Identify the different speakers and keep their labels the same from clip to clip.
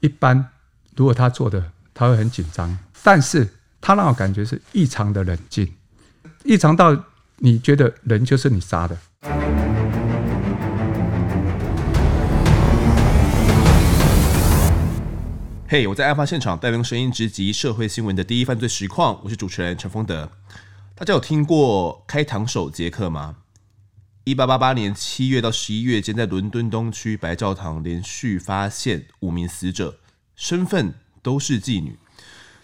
Speaker 1: 一般如果他做的，他会很紧张，但是他让我感觉是异常的冷静，异常到你觉得人就是你杀的。
Speaker 2: 嘿、我在案发现场带来用声音直击社会新闻的第一犯罪实况，我是主持人陈丰德。大家有听过开膛手杰克吗？一八八八年七月到十一月间，在伦敦东区白教堂连续发现五名死者，身份都是妓女。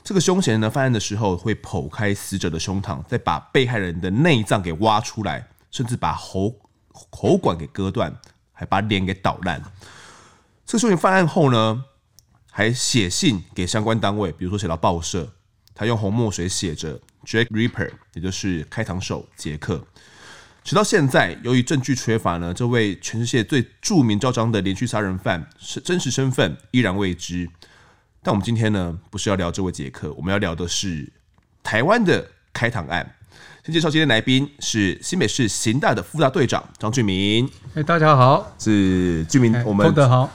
Speaker 2: 这个凶嫌呢，犯案的时候会剖开死者的胸膛，再把被害人的内脏给挖出来，甚至把喉喉管给割断，还把脸给捣烂。这个凶嫌犯案后呢，还写信给相关单位，比如说写到报社，他用红墨水写着 “Jack Ripper”，也就是开膛手杰克。直到现在，由于证据缺乏呢，这位全世界最著名昭彰的连续杀人犯是真实身份依然未知。但我们今天呢，不是要聊这位杰克，我们要聊的是台湾的开膛案。先介绍今天来宾是新北市刑大的副大队长张俊明，
Speaker 1: 哎、大家好，
Speaker 2: 是俊明
Speaker 1: 哎，
Speaker 2: 我们
Speaker 1: 功德好，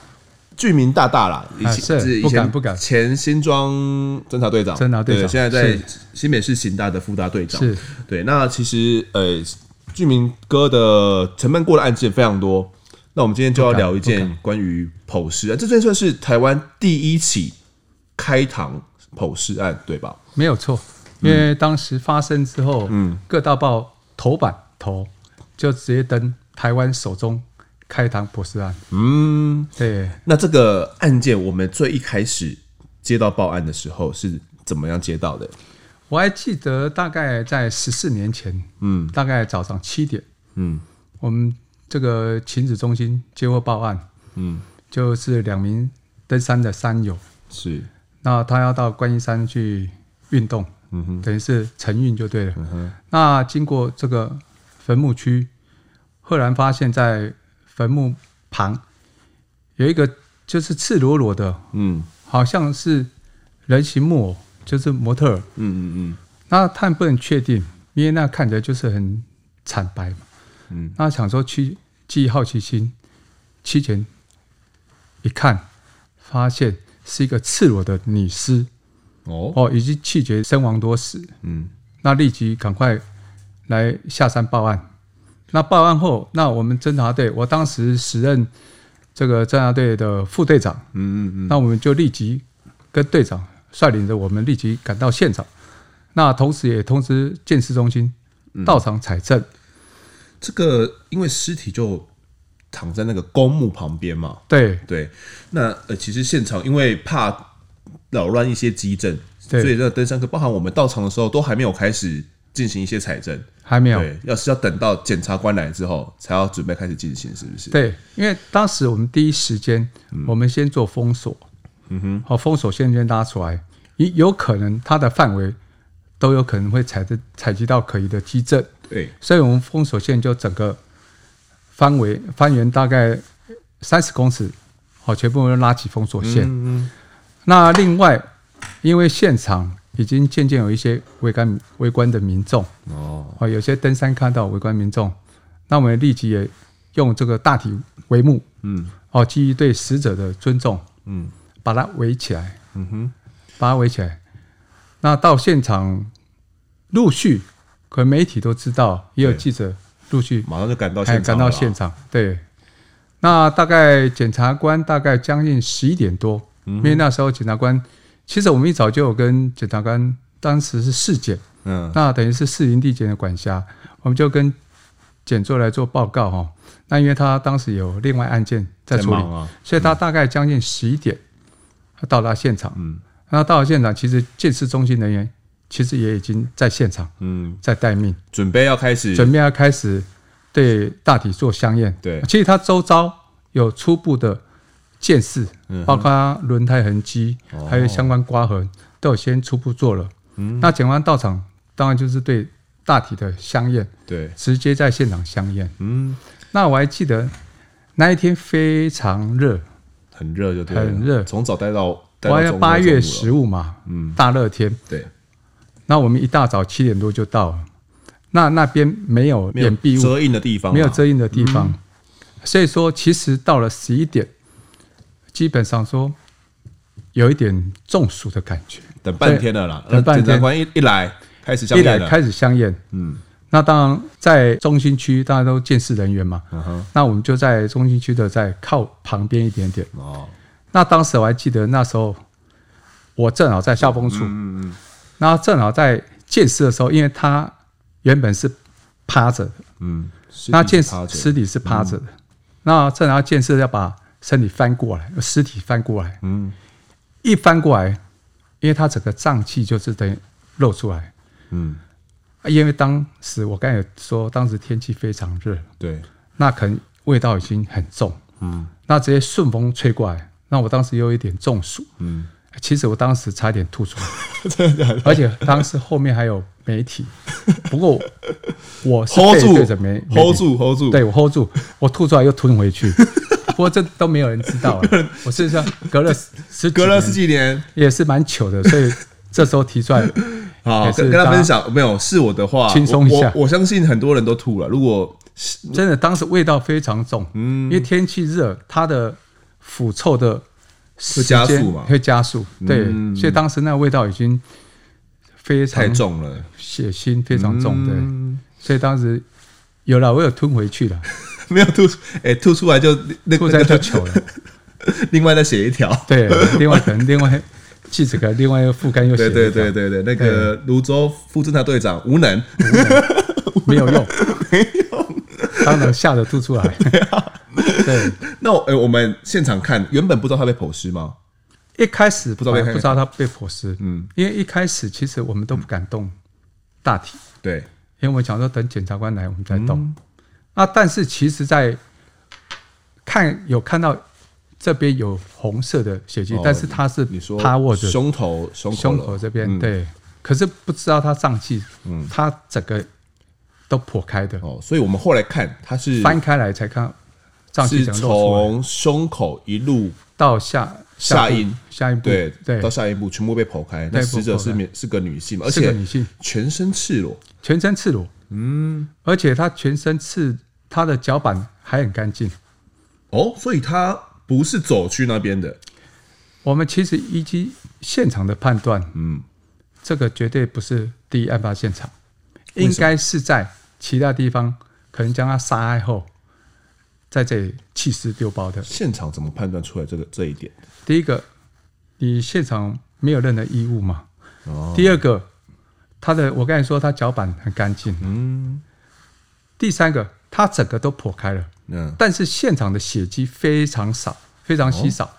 Speaker 2: 俊明大大啦，以前、
Speaker 1: 啊是
Speaker 2: 是以
Speaker 1: 不敢
Speaker 2: 前
Speaker 1: 不敢
Speaker 2: 前新庄侦察队长，
Speaker 1: 侦察队长
Speaker 2: 对现在在
Speaker 1: 是
Speaker 2: 新北市刑大的副大队长，
Speaker 1: 是
Speaker 2: 对。那其实呃，俊明哥的承办过的案件非常多，那我们今天就要
Speaker 1: 不敢
Speaker 2: 聊一件关于剖尸案，这件算是台湾第一起开膛剖尸案，对吧？
Speaker 1: 没有错，
Speaker 2: 嗯
Speaker 1: 因为当时发生之后，嗯，各大报头版头就直接登台湾首宗开膛破尸案，
Speaker 2: 嗯，
Speaker 1: 对，
Speaker 2: 那这个案件我们最一开始接到报案的时候是怎么样接到的？
Speaker 1: 我还记得大概在十四年前，嗯，大概早上七点，
Speaker 2: 嗯
Speaker 1: 我们这个勤子中心接获报案，
Speaker 2: 嗯，
Speaker 1: 就是两名登山的山友，
Speaker 2: 是
Speaker 1: 那他要到观音山去运动，
Speaker 2: 嗯哼
Speaker 1: 等于是晨运就对了。
Speaker 2: 嗯哼
Speaker 1: 那经过这个坟墓区，赫然发现，在坟墓旁有一个就是赤裸裸的，
Speaker 2: 嗯
Speaker 1: 好像是人形木偶，就是模特儿。
Speaker 2: 嗯嗯嗯
Speaker 1: 那他们不能确定，因为那看起来就是很惨白嘛。
Speaker 2: 嗯，
Speaker 1: 那想说去基于好奇心，七前一看，发现是一个赤裸的女尸
Speaker 2: 哦
Speaker 1: 哦，已经气绝身亡多时。
Speaker 2: 嗯
Speaker 1: 那立即赶快来下山报案。那报案后，那我们侦查队，我当时时任这个侦查队的副队长，
Speaker 2: 嗯嗯嗯
Speaker 1: 那我们就立即跟队长率领着我们立即赶到现场，那同时也通知鉴识中心
Speaker 2: 嗯
Speaker 1: 到场采证。，
Speaker 2: 这个因为尸体就躺在那个公墓旁边嘛，
Speaker 1: 对
Speaker 2: 对。那呃，其实现场因为怕扰乱一些基证，所
Speaker 1: 对
Speaker 2: 以那登山科包含我们到场的时候都还没有开始进行一些采证，
Speaker 1: 还没有
Speaker 2: 对，要是要等到检察官来之后才要准备开始进行，是不是？，
Speaker 1: 对，因为当时我们第一时间，我们先做封锁，
Speaker 2: 嗯哼，
Speaker 1: 好，封锁线先拉出来，有有可能它的范围都有可能会采的采集到可疑的基证。
Speaker 2: 对，
Speaker 1: 所以我们封锁线就整个范围方圆大概三十公尺，好，全部都拉起封锁线。
Speaker 2: 嗯
Speaker 1: 那另外，因为现场已经渐渐有一些围观围观的民众，
Speaker 2: 嗯，哦，
Speaker 1: 哦，有些登山看到围观民众，那我们立即也用这个大体帷幕，
Speaker 2: 嗯
Speaker 1: 哦，基于对死者的尊重，
Speaker 2: 嗯
Speaker 1: 把它围起来，
Speaker 2: 嗯哼，
Speaker 1: 把它围起来。那到现场，陆续可能媒体都知道，也有
Speaker 2: 对
Speaker 1: 记者陆续
Speaker 2: 马上就赶到
Speaker 1: 哎，
Speaker 2: 现
Speaker 1: 赶
Speaker 2: 场了啦，
Speaker 1: 到现场，对。那大概检察官大概将近十一点多，因为那时候检察官，其实我们一早就有跟检察官，当时是市检，
Speaker 2: 嗯
Speaker 1: 那等于是市营地检的管辖，我们就跟检座来做报告哈。那因为他当时有另外案件在处理，
Speaker 2: 忙啊，
Speaker 1: 所以他大概将近十一点，他到达现场。
Speaker 2: 嗯
Speaker 1: 那到了现场，其实鉴识中心人员其实也已经在现场
Speaker 2: 嗯，
Speaker 1: 在待命。
Speaker 2: 准备要开始，
Speaker 1: 准备要开始对大体做相验。
Speaker 2: 对
Speaker 1: 其实它周遭有初步的见识，
Speaker 2: 嗯哼
Speaker 1: 包括轮胎痕迹，
Speaker 2: 哦嗯
Speaker 1: 还有相关刮痕，都有先初步做了。那检方到场，当然就是对大体的相验，
Speaker 2: 对，
Speaker 1: 直接在现场相验。
Speaker 2: 嗯，
Speaker 1: 那我还记得那一天非常热，
Speaker 2: 很热就对了，
Speaker 1: 很热
Speaker 2: 从早待到待
Speaker 1: 我
Speaker 2: 到
Speaker 1: 要
Speaker 2: 中午
Speaker 1: 八月
Speaker 2: 中午了
Speaker 1: 十五嘛，
Speaker 2: 嗯
Speaker 1: 大热天。
Speaker 2: 对，
Speaker 1: 那我们一大早七点多就到了，那那边没有
Speaker 2: 没有
Speaker 1: 掩蔽物，
Speaker 2: 遮荫的地方啊，
Speaker 1: 没有遮荫的地方。所以说，其实到了十一点，基本上说有一点中暑的感觉，
Speaker 2: 等半天了啦，呃
Speaker 1: 等半天
Speaker 2: 检察官一一来开始相
Speaker 1: 一来
Speaker 2: 验了，
Speaker 1: 开始香艳。
Speaker 2: 嗯
Speaker 1: 那当然，在中心区大家都见识人员嘛，
Speaker 2: 嗯哼，
Speaker 1: 那我们就在中心区的在靠旁边一点点。
Speaker 2: 哦，
Speaker 1: 那当时我还记得那时候我正好在校风处，
Speaker 2: 嗯嗯
Speaker 1: 那正好在见尸的时候，因为他原本是趴着的，
Speaker 2: 嗯，尸体
Speaker 1: 那见
Speaker 2: 趴着嗯
Speaker 1: 尸体是趴着的，那正好见尸要把身体翻过来，尸体翻过来，
Speaker 2: 嗯
Speaker 1: 一翻过来，因为他整个脏器就是等于露出来，
Speaker 2: 嗯，
Speaker 1: 因为当时我刚才有说，当时天气非常热，
Speaker 2: 对，
Speaker 1: 那可能味道已经很重，
Speaker 2: 嗯
Speaker 1: 那直接顺风吹过来，那我当时又有一点中暑，
Speaker 2: 嗯，
Speaker 1: 其实我当时差点吐出来。
Speaker 2: 真的假的
Speaker 1: 而且当时后面还有媒体，不过我是
Speaker 2: ？hold
Speaker 1: 背
Speaker 2: 住
Speaker 1: 对着媒媒体
Speaker 2: ，hold 住，hold 住，
Speaker 1: 对我 hold 住，我吐出来又吞回去，不过这都没有人知道了。我是说隔了十
Speaker 2: 隔了十
Speaker 1: 几
Speaker 2: 几年，
Speaker 1: 年也是蛮糗的，所以这时候提出来，
Speaker 2: 好，
Speaker 1: 还是
Speaker 2: 跟跟他
Speaker 1: 大家
Speaker 2: 分享没有？是我的话，
Speaker 1: 轻松一下
Speaker 2: 我我我相信很多人都吐了。如果是
Speaker 1: 真的当时味道非常重，
Speaker 2: 嗯
Speaker 1: 因为天气热，它的腐臭的时间
Speaker 2: 会加速嘛
Speaker 1: 会加速，对，
Speaker 2: 嗯
Speaker 1: 所以当时那味道已经非
Speaker 2: 太
Speaker 1: 常
Speaker 2: 重了，
Speaker 1: 血腥，非常重，对。
Speaker 2: 嗯
Speaker 1: 所以当时有了，我有吞回 去了，
Speaker 2: 没有吐出，哎、吐出来就那
Speaker 1: 吐
Speaker 2: 那
Speaker 1: 在就
Speaker 2: 个
Speaker 1: 糗了。
Speaker 2: 另外再写一条。
Speaker 1: 对，另外可能另外记者可能另外又副刊又写
Speaker 2: 对
Speaker 1: 了一
Speaker 2: 对对
Speaker 1: 条，
Speaker 2: 对对，那个泸州副侦察队长 无能，
Speaker 1: 没有用，没用， 当然吓得吐出来。 对，
Speaker 2: 那我哎、我们现场看，原本不知道他被剖尸吗？
Speaker 1: 一开始
Speaker 2: 知道被
Speaker 1: 不知道他被剖尸，
Speaker 2: 嗯，
Speaker 1: 因为一开始其实我们都不敢动大体，
Speaker 2: 对，
Speaker 1: 因为我想说等检察官来我们再动。
Speaker 2: 嗯
Speaker 1: 啊，但是其实，在看有看到这边有红色的血迹，
Speaker 2: 哦
Speaker 1: 但是他是
Speaker 2: 你说
Speaker 1: 趴卧着的
Speaker 2: 胸头胸口
Speaker 1: 胸口这边、
Speaker 2: 嗯
Speaker 1: 对，可是不知道他脏器，
Speaker 2: 嗯
Speaker 1: 他整个都破开的，
Speaker 2: 哦，所以我们后来看他是
Speaker 1: 翻开来才看脏器
Speaker 2: 是
Speaker 1: 整个露出来，
Speaker 2: 从胸口一路
Speaker 1: 到下
Speaker 2: 下
Speaker 1: 部
Speaker 2: 阴
Speaker 1: 下一步，
Speaker 2: 对
Speaker 1: 对
Speaker 2: 到，下一步全部被剖开，那
Speaker 1: 对
Speaker 2: 死者
Speaker 1: 被剖开
Speaker 2: 是免是个女性嘛，而
Speaker 1: 是个
Speaker 2: 且
Speaker 1: 女性，
Speaker 2: 全身赤裸，
Speaker 1: 全身赤裸，嗯，而且他全身赤，他的脚板还很干净。
Speaker 2: 哦，所以他不是走去那边的，
Speaker 1: 我们其实依据现场的判断，
Speaker 2: 嗯，
Speaker 1: 这个绝对不是第一案发现场，
Speaker 2: 为什么
Speaker 1: 应该是在其他地方，可能将他杀害后，在这里弃尸丢包的。
Speaker 2: 现场怎么判断出来这个这一点？
Speaker 1: 第一个，你现场没有任何衣物嘛？
Speaker 2: 哦，
Speaker 1: 第二个，他的我刚才说他脚板很干净。
Speaker 2: 嗯，
Speaker 1: 第三个，他整个都破开了，
Speaker 2: 嗯，
Speaker 1: 但是现场的血迹非常少，非常稀少。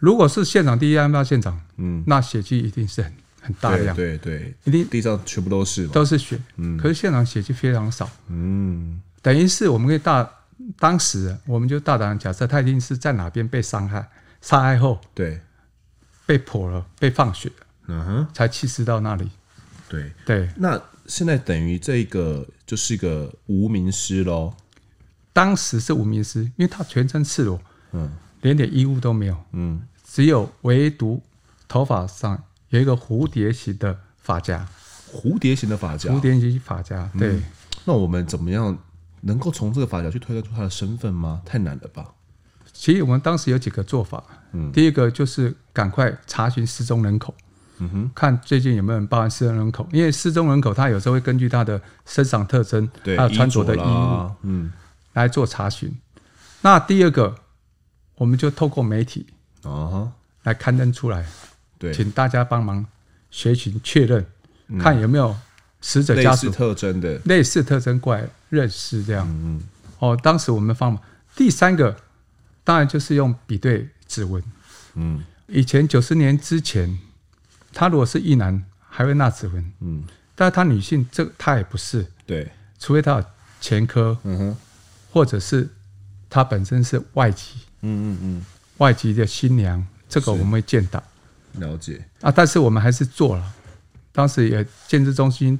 Speaker 1: 如果是现场第一案发现场，
Speaker 2: 哦嗯，
Speaker 1: 那血迹一定是很很大
Speaker 2: 对
Speaker 1: 量，
Speaker 2: 对嗯对，
Speaker 1: 一定
Speaker 2: 地上全部都是嘛，
Speaker 1: 都是血。可是现场血迹非常少，
Speaker 2: 嗯，
Speaker 1: 等于是我们可以大当时我们就大胆地假设他一定是在哪边被伤害，杀害后
Speaker 2: 对，
Speaker 1: 被剖了，被放血了
Speaker 2: 嗯哼，
Speaker 1: 才弃尸到那里。
Speaker 2: 对。
Speaker 1: 对，
Speaker 2: 那现在等于这个就是一个无名尸喽，
Speaker 1: 当时是无名尸，因为他全身赤裸，
Speaker 2: 嗯
Speaker 1: 连点衣物都没有，
Speaker 2: 嗯，
Speaker 1: 只有唯独头发上有一个蝴蝶形的发夹，
Speaker 2: 蝴蝶形的发夹，
Speaker 1: 蝴蝶形发夹。
Speaker 2: 嗯
Speaker 1: 对，
Speaker 2: 那我们怎么样能够从这个发夹去推断出他的身份吗？太难了吧？
Speaker 1: 其实我们当时有几个做法，
Speaker 2: 嗯
Speaker 1: 第一个就是赶快查询失踪人口，
Speaker 2: 嗯哼，
Speaker 1: 看最近有没有人报案失踪人口，因为失踪人口他有时候会根据他的身上特征，
Speaker 2: 对，
Speaker 1: 还有穿着的衣
Speaker 2: 衣着
Speaker 1: 物
Speaker 2: 啦，嗯，
Speaker 1: 来做查询。那第二个，我们就透过媒体
Speaker 2: 啊哈，
Speaker 1: 来刊登出来，
Speaker 2: 对，嗯
Speaker 1: 请大家帮忙学询确认，看有没有死者
Speaker 2: 类
Speaker 1: 家
Speaker 2: 似
Speaker 1: 属
Speaker 2: 特征的，
Speaker 1: 类似特征过来认识这样。
Speaker 2: 嗯
Speaker 1: 哦，当时我们的方法，第三个当然就是用比对指纹。
Speaker 2: 嗯
Speaker 1: 以前九十年之前，他如果是一男，还会纳指纹，
Speaker 2: 嗯，
Speaker 1: 但是他女性这他也不是，
Speaker 2: 对，
Speaker 1: 除非他有前科，
Speaker 2: 嗯哼，
Speaker 1: 或者是他本身是外籍
Speaker 2: 嗯嗯
Speaker 1: 外籍的新娘，这个我们会见到
Speaker 2: 嗯，了解，
Speaker 1: 啊。但是我们还是做了，当时也建制中心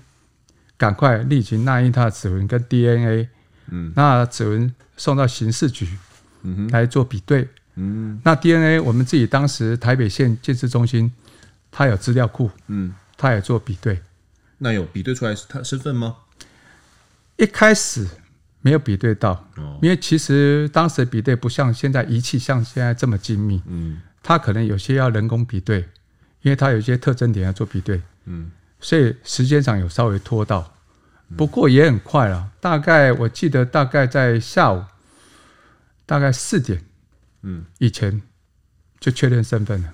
Speaker 1: 赶快立即纳印他的指纹跟 DNA，
Speaker 2: 嗯
Speaker 1: 那指纹送到刑事局
Speaker 2: 嗯哼，
Speaker 1: 来做比对。
Speaker 2: 嗯
Speaker 1: 那 DNA 我们自己当时台北县建制中心，它有资料库，
Speaker 2: 嗯，
Speaker 1: 它也做比对。
Speaker 2: 那有比对出来是他身份吗？
Speaker 1: 一开始没有比对到，
Speaker 2: 哦，
Speaker 1: 因为其实当时比对不像现在仪器像现在这么精密，
Speaker 2: 嗯
Speaker 1: 它可能有些要人工比对，因为它有一些特征点要做比对，
Speaker 2: 嗯，
Speaker 1: 所以时间上有稍微拖到，不过也很快了。大概我记得大概在下午，大概四点，
Speaker 2: 嗯，
Speaker 1: 以前就确认身份了，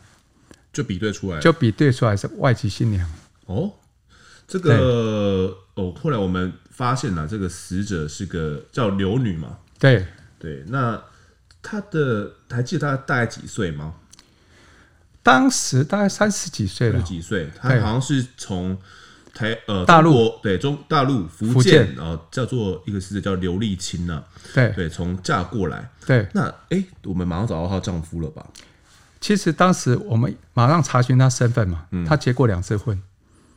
Speaker 2: 就比对出来了
Speaker 1: 就比对出来是外籍新娘。
Speaker 2: 哦，这个哦，后来我们发现了、这个死者是个叫刘女嘛，
Speaker 1: 对，
Speaker 2: 对，那她的还记得她大概几岁吗？
Speaker 1: 当时大概三十几岁
Speaker 2: 是
Speaker 1: 了，
Speaker 2: 几岁？她
Speaker 1: 对啊哎
Speaker 2: 好像是从台呃
Speaker 1: 大陆
Speaker 2: 中国对中大陆福
Speaker 1: 福
Speaker 2: 建
Speaker 1: 建
Speaker 2: 然后叫做一个死者叫刘丽青呐、
Speaker 1: 对
Speaker 2: 对，从嫁过来。
Speaker 1: 对。
Speaker 2: 那哎、我们马上找到她丈夫了吧？
Speaker 1: 其实当时我们马上查询她身份嘛，
Speaker 2: 嗯
Speaker 1: 她结过两次婚，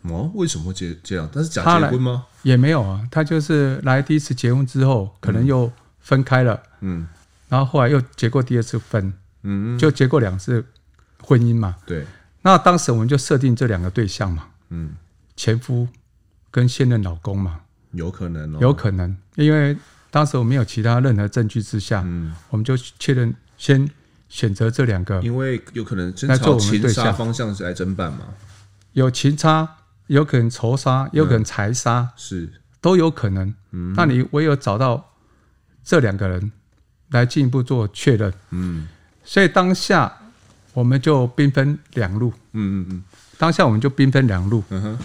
Speaker 2: 哦，为什么会结这样？她是假
Speaker 1: 她
Speaker 2: 结
Speaker 1: 来
Speaker 2: 婚吗？
Speaker 1: 也没有啊，她就是来第一次结婚之后，可能又分开了，
Speaker 2: 嗯
Speaker 1: 然后后来又结过第二次婚，
Speaker 2: 嗯，
Speaker 1: 就结过两次婚姻嘛。
Speaker 2: 对，
Speaker 1: 那当时我们就设定这两个对象嘛，
Speaker 2: 嗯，
Speaker 1: 前夫跟现任老公嘛，
Speaker 2: 有可能哦，
Speaker 1: 有可能，因为当时我没有其他任何证据之下，
Speaker 2: 嗯，
Speaker 1: 我们就确认先选择这两个，
Speaker 2: 因为有可能争
Speaker 1: 来做
Speaker 2: 吵
Speaker 1: 我们
Speaker 2: 情
Speaker 1: 对
Speaker 2: 杀
Speaker 1: 象
Speaker 2: 方向是来侦办嘛，
Speaker 1: 有情杀，有可能仇杀，有可
Speaker 2: 嗯
Speaker 1: 能财杀，
Speaker 2: 是
Speaker 1: 都有可能。那你唯有找到这两个人来进一步做确认。
Speaker 2: 嗯
Speaker 1: 所以当下我们就兵分两路，
Speaker 2: 嗯嗯嗯
Speaker 1: 当下我们就兵分两路，
Speaker 2: 嗯哼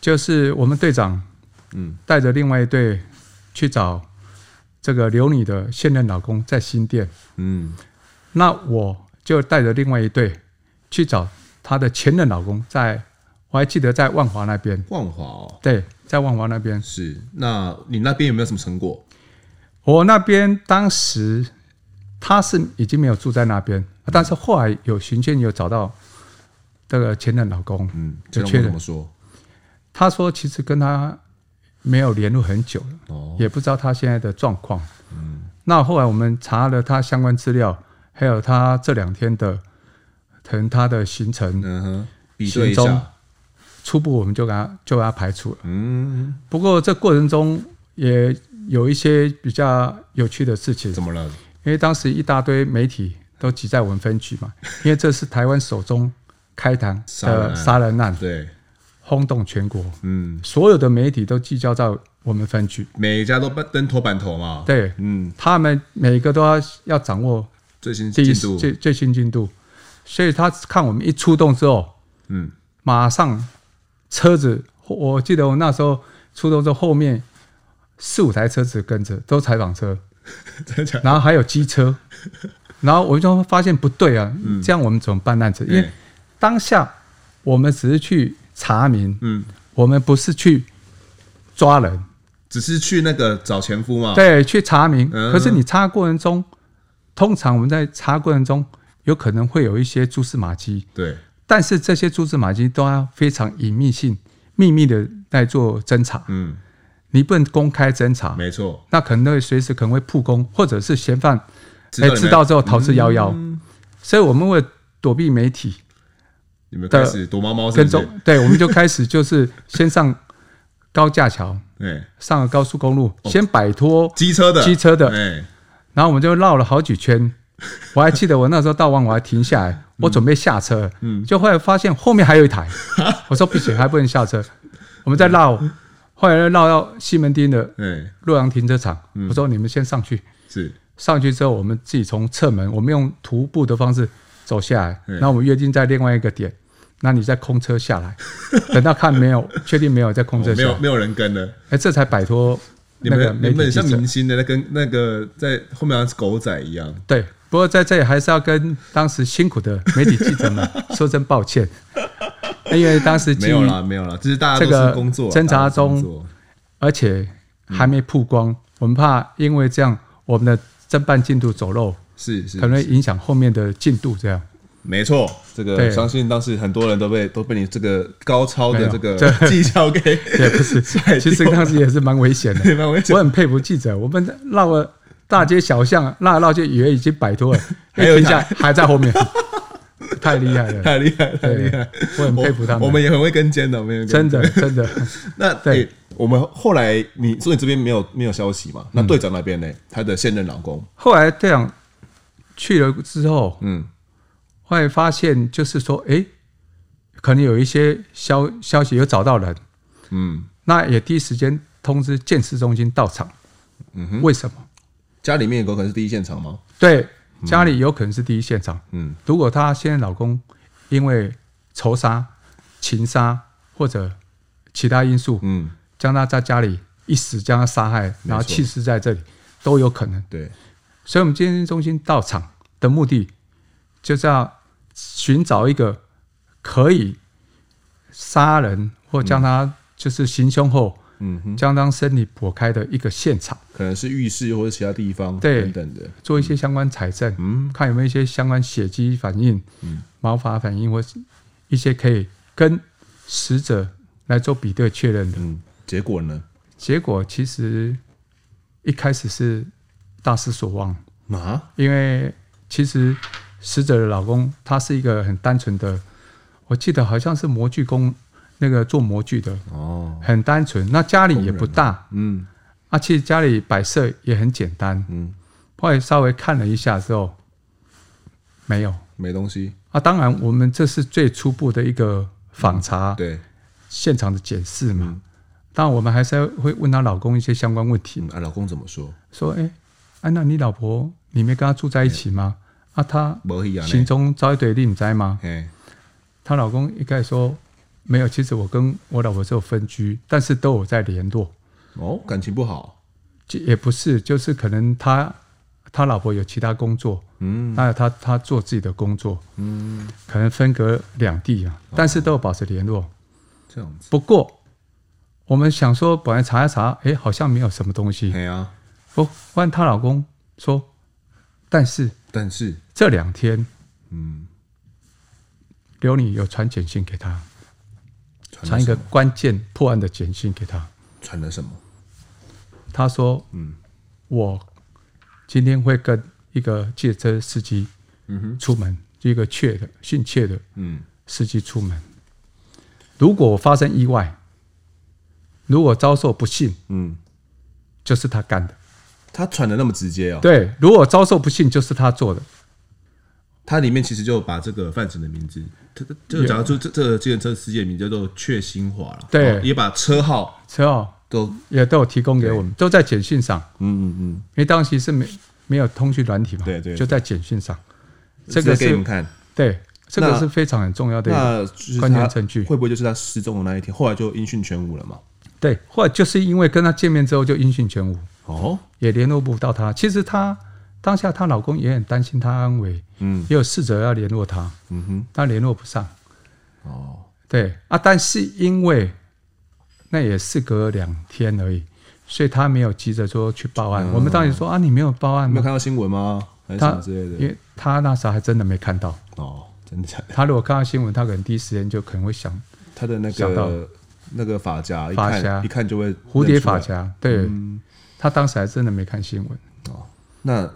Speaker 1: 就是我们队长
Speaker 2: 嗯
Speaker 1: 带着另外一队去找这个刘女的现任老公在新店，
Speaker 2: 嗯
Speaker 1: 那我就带着另外一队去找她的前任老公在，我还记得在万华那边，
Speaker 2: 万华哦，
Speaker 1: 对，在万华那边。
Speaker 2: 是，那你那边有没有什么成果？
Speaker 1: 我那边当时他是已经没有住在那边，但是后来有巡线有找到这个前任老公，
Speaker 2: 嗯，这
Speaker 1: 有
Speaker 2: 种
Speaker 1: 确
Speaker 2: 我怎
Speaker 1: 认
Speaker 2: 么。说？
Speaker 1: 他说其实跟他没有联络很久了，
Speaker 2: 哦，
Speaker 1: 也不知道他现在的状况。那后来我们查了他相关资料，还有他这两天的可能他的行程，
Speaker 2: 嗯哼，比对一
Speaker 1: 行踪
Speaker 2: 下，
Speaker 1: 初步我们就给他就给他排除了。
Speaker 2: 嗯，
Speaker 1: 不过这过程中也有一些比较有趣的事情，
Speaker 2: 怎么了？
Speaker 1: 因为当时一大堆媒体都挤在我们分 局嘛，因为这是台湾首宗开膛的
Speaker 2: 杀
Speaker 1: 杀人案，
Speaker 2: 对，
Speaker 1: 轰动全国，
Speaker 2: 嗯，
Speaker 1: 所有的媒体都聚焦在我们分局，
Speaker 2: 每一家都登登头版头嘛，，
Speaker 1: 对
Speaker 2: 嗯，
Speaker 1: 他们每个都要要掌握
Speaker 2: 最新
Speaker 1: 第
Speaker 2: 进
Speaker 1: 一
Speaker 2: 度，
Speaker 1: 最最新进度，所以他看我们一出动之后，
Speaker 2: 嗯，
Speaker 1: 马上车子，我我记得我那时候出动之后，后面四五台车子跟着，都采访车，
Speaker 2: 真的假的？
Speaker 1: 然后还有机车，然后我就发现不对啊，这样我们怎么办案子？因为
Speaker 2: 嗯对
Speaker 1: 当下我们只是去查明，
Speaker 2: 嗯，哦
Speaker 1: 我们不是去抓人，
Speaker 2: 只是去那个找前夫嘛，，
Speaker 1: 对，去查明。
Speaker 2: 嗯
Speaker 1: 可是你查过程中，通常我们在查过程中有可能会有一些蛛丝马迹，
Speaker 2: 对，
Speaker 1: 但是这些蛛丝马迹都要非常隐秘性、秘密的来做侦查，
Speaker 2: 嗯，
Speaker 1: 你不能公开侦查，
Speaker 2: 没错，
Speaker 1: 那可能会随时可能会曝光，或者是嫌犯哎
Speaker 2: 你们
Speaker 1: 知道之后逃之夭夭。
Speaker 2: 嗯
Speaker 1: 所以我们为了躲避媒体
Speaker 2: 你们开始躲猫猫是
Speaker 1: 跟
Speaker 2: 不
Speaker 1: 踪
Speaker 2: 是？，
Speaker 1: 对，我们就开始就是先上高架桥，
Speaker 2: 对，
Speaker 1: 上了高速公路，
Speaker 2: 哦
Speaker 1: 先摆脱，
Speaker 2: 机车的，
Speaker 1: 机车的
Speaker 2: 哎，
Speaker 1: 然后我们就绕了好几 圈。我还记得我那时候到万华停下来，
Speaker 2: 嗯
Speaker 1: 我准备下车，就后来发现后面还有一 台，我说不行，还不能下车，我们再绕，
Speaker 2: 嗯
Speaker 1: 后来绕到西门町的
Speaker 2: 哎，
Speaker 1: 洛阳停车场，
Speaker 2: 嗯
Speaker 1: 我说你们先上去，
Speaker 2: 是，
Speaker 1: 上去之后我们自己从侧门，我们用徒步的方式走下来，
Speaker 2: 嗯
Speaker 1: 然后我们约定在另外一个点，那你再空车下 来，等到看没有确定没有再空车
Speaker 2: 哦没
Speaker 1: 下来
Speaker 2: 有，没有人跟了。
Speaker 1: 哎，这才摆脱
Speaker 2: 你
Speaker 1: 那个
Speaker 2: 们
Speaker 1: 媒
Speaker 2: 你们
Speaker 1: 体
Speaker 2: 很像
Speaker 1: 记者
Speaker 2: 明。星的，那跟那个在后面好像是狗仔一样。
Speaker 1: 对，不过在这里还是要跟当时辛苦的媒体记者们说声抱 歉，因为当时
Speaker 2: 没
Speaker 1: 基
Speaker 2: 有
Speaker 1: 于
Speaker 2: 啦，没有啦，这是大家
Speaker 1: 这
Speaker 2: 都
Speaker 1: 个
Speaker 2: 是工作啊
Speaker 1: 侦查
Speaker 2: 大家都是工
Speaker 1: 中
Speaker 2: 作
Speaker 1: 而且还没曝光，我们怕因为这样我们的侦办进度走漏，
Speaker 2: 是是
Speaker 1: 可能会影响后面的进度。这样
Speaker 2: 没错，这个
Speaker 1: 对
Speaker 2: 相信当时很多人都被都被你这个高超
Speaker 1: 没
Speaker 2: 的
Speaker 1: 有
Speaker 2: 这个
Speaker 1: 这
Speaker 2: 技巧 给
Speaker 1: 也不 是，
Speaker 2: 甩
Speaker 1: 其实
Speaker 2: 掉
Speaker 1: 当时也是蛮危 险的。
Speaker 2: 蛮危 险
Speaker 1: 我。很佩服记者，我们绕了大街小巷，绕来绕去，以为已经摆脱 了，
Speaker 2: 还有
Speaker 1: 一
Speaker 2: 一
Speaker 1: 停下来还在 后面，太厉害了，
Speaker 2: 太厉害，太厉害！
Speaker 1: 我很佩服他们
Speaker 2: 我。我们也很会跟监的，我们也很会
Speaker 1: 真
Speaker 2: 跟
Speaker 1: 的真的。
Speaker 2: 那
Speaker 1: 对
Speaker 2: 对，我们后来你说你这边没有没有消息
Speaker 1: 嗯
Speaker 2: 嘛？那队长那边呢？他的现任老公，
Speaker 1: 后来队长去了之后，
Speaker 2: 嗯，
Speaker 1: 后来发现就是说，哎、可能有一些消消息有找到人，
Speaker 2: 嗯，
Speaker 1: 那也第一时间通知建设中心到场。嗯哼，为什么？
Speaker 2: 家里面有可能是第一现场吗？
Speaker 1: 对，家里有可能是第一现场。
Speaker 2: 嗯
Speaker 1: 如果她现在老公因为仇杀、情杀或者其他因素，
Speaker 2: 嗯，
Speaker 1: 将她在家里一死将她杀害，然后弃尸在这里，都有可能。
Speaker 2: 对，
Speaker 1: 所以，我们健身中心到场的目的，就是要寻找一个可以杀人或将他就是行凶后，
Speaker 2: 嗯哼，
Speaker 1: 将他身体剖开的一个现场，
Speaker 2: 可能是浴室或者其他地方
Speaker 1: 对
Speaker 2: 等等的，
Speaker 1: 做一些相关采证，
Speaker 2: 嗯
Speaker 1: 看有没有一些相关血迹反应、毛发反应或是一些可以跟死者来做比对确认的。
Speaker 2: 嗯，结果呢？
Speaker 1: 结果其实一开始是大失所望。
Speaker 2: 啊，
Speaker 1: 因为其实死者的老公他是一个很单纯的，我记得好像是模具工，那个做模具的，
Speaker 2: 哦，
Speaker 1: 很单纯。那家里也不大，
Speaker 2: 嗯
Speaker 1: 啊，其实家里摆设也很简单。
Speaker 2: 嗯，
Speaker 1: 后来稍微看了一下之后，没有
Speaker 2: 没东西，
Speaker 1: 啊。当然，我们这是最初步的一个访查
Speaker 2: 嗯对，嗯
Speaker 1: 现场的检视嘛。当然，我们还是会问她老公一些相关问题。
Speaker 2: 嗯，啊，老公怎么说？
Speaker 1: 说：“哎、安娜，你老婆你没跟她住在一起吗？啊，她
Speaker 2: 没嗯去啊呢
Speaker 1: 行踪遭一堆令灾吗
Speaker 2: 嘿，？”
Speaker 1: 她老公一开始说：“没有，其实我跟我老婆是有分居，但是都有在联络。
Speaker 2: 哦，感情不好，
Speaker 1: 就也不是，就是可能他他老婆有其他工作，
Speaker 2: 嗯
Speaker 1: 那他他做自己的工作，
Speaker 2: 嗯，
Speaker 1: 可能分隔两地啊，
Speaker 2: 哦
Speaker 1: 但是都有保持联络。
Speaker 2: 这样子，
Speaker 1: 不过我们想说，本来查一查，哎、好像没有什么东西。
Speaker 2: 嘿啊，
Speaker 1: 不，问她老公说，但是
Speaker 2: 但是，
Speaker 1: 这两天。”
Speaker 2: 嗯，
Speaker 1: 刘女有传简讯给他，
Speaker 2: 传
Speaker 1: 传
Speaker 2: 了
Speaker 1: 一个
Speaker 2: 什么
Speaker 1: 关键破案的简讯给他。
Speaker 2: 传了什么？
Speaker 1: 他说：“
Speaker 2: 嗯
Speaker 1: 我今天会跟一个借车司机
Speaker 2: 嗯哼，
Speaker 1: 出门，一个确的姓确的
Speaker 2: 嗯，
Speaker 1: 司机出门。如果我发生意外，如果遭受不幸，
Speaker 2: 嗯，
Speaker 1: 就是他干的。
Speaker 2: 他传的那么直接哦，
Speaker 1: 对，如果遭受不幸，就是他做的。
Speaker 2: 它里面其实就把这个范丞的名字，他他就讲到就这这个计程车司机的名字叫做阙新华了，
Speaker 1: 对
Speaker 2: 哦也把车号
Speaker 1: 车哦
Speaker 2: 都，
Speaker 1: 也都有提供给我们，都在简讯上，
Speaker 2: 嗯嗯嗯，
Speaker 1: 因为当时是没没有通讯软体嘛，
Speaker 2: 对对对
Speaker 1: 就在简讯上。这个
Speaker 2: 直接给你
Speaker 1: 是
Speaker 2: 们看，
Speaker 1: 对，这
Speaker 2: 那
Speaker 1: 个是非常很重要的一个。
Speaker 2: 那就是
Speaker 1: 关键
Speaker 2: 他
Speaker 1: 证据
Speaker 2: 会不会就是他失踪的那一天，后来就音讯全无了嘛？
Speaker 1: 对，后来就是因为跟她见面之后就音讯全无，
Speaker 2: 哦，
Speaker 1: 也联络不到她。其实她当下她老公也很担心她安危，
Speaker 2: 嗯
Speaker 1: 也有试着要联络她，
Speaker 2: 嗯
Speaker 1: 但联络不上。
Speaker 2: 哼，哦，
Speaker 1: 对啊，但是因为那也事隔两天而已，所以她没有急着说去报案。我们当然说啊，你没有报案
Speaker 2: 你没有
Speaker 1: 吗？
Speaker 2: 看到新闻吗？还是什
Speaker 1: 她
Speaker 2: 么之类
Speaker 1: 因
Speaker 2: 的？
Speaker 1: 为她那时候还真的没看到。
Speaker 2: 哦，真的假的？
Speaker 1: 她如果看到新闻，她可能第一时间就可能会想
Speaker 2: 他的那
Speaker 1: 想到
Speaker 2: 个那个发夹，一
Speaker 1: 发夹
Speaker 2: 看一看就会
Speaker 1: 蝴蝶
Speaker 2: 认出来
Speaker 1: 发夹。对，她当时还真的没看新闻。
Speaker 2: 哦。那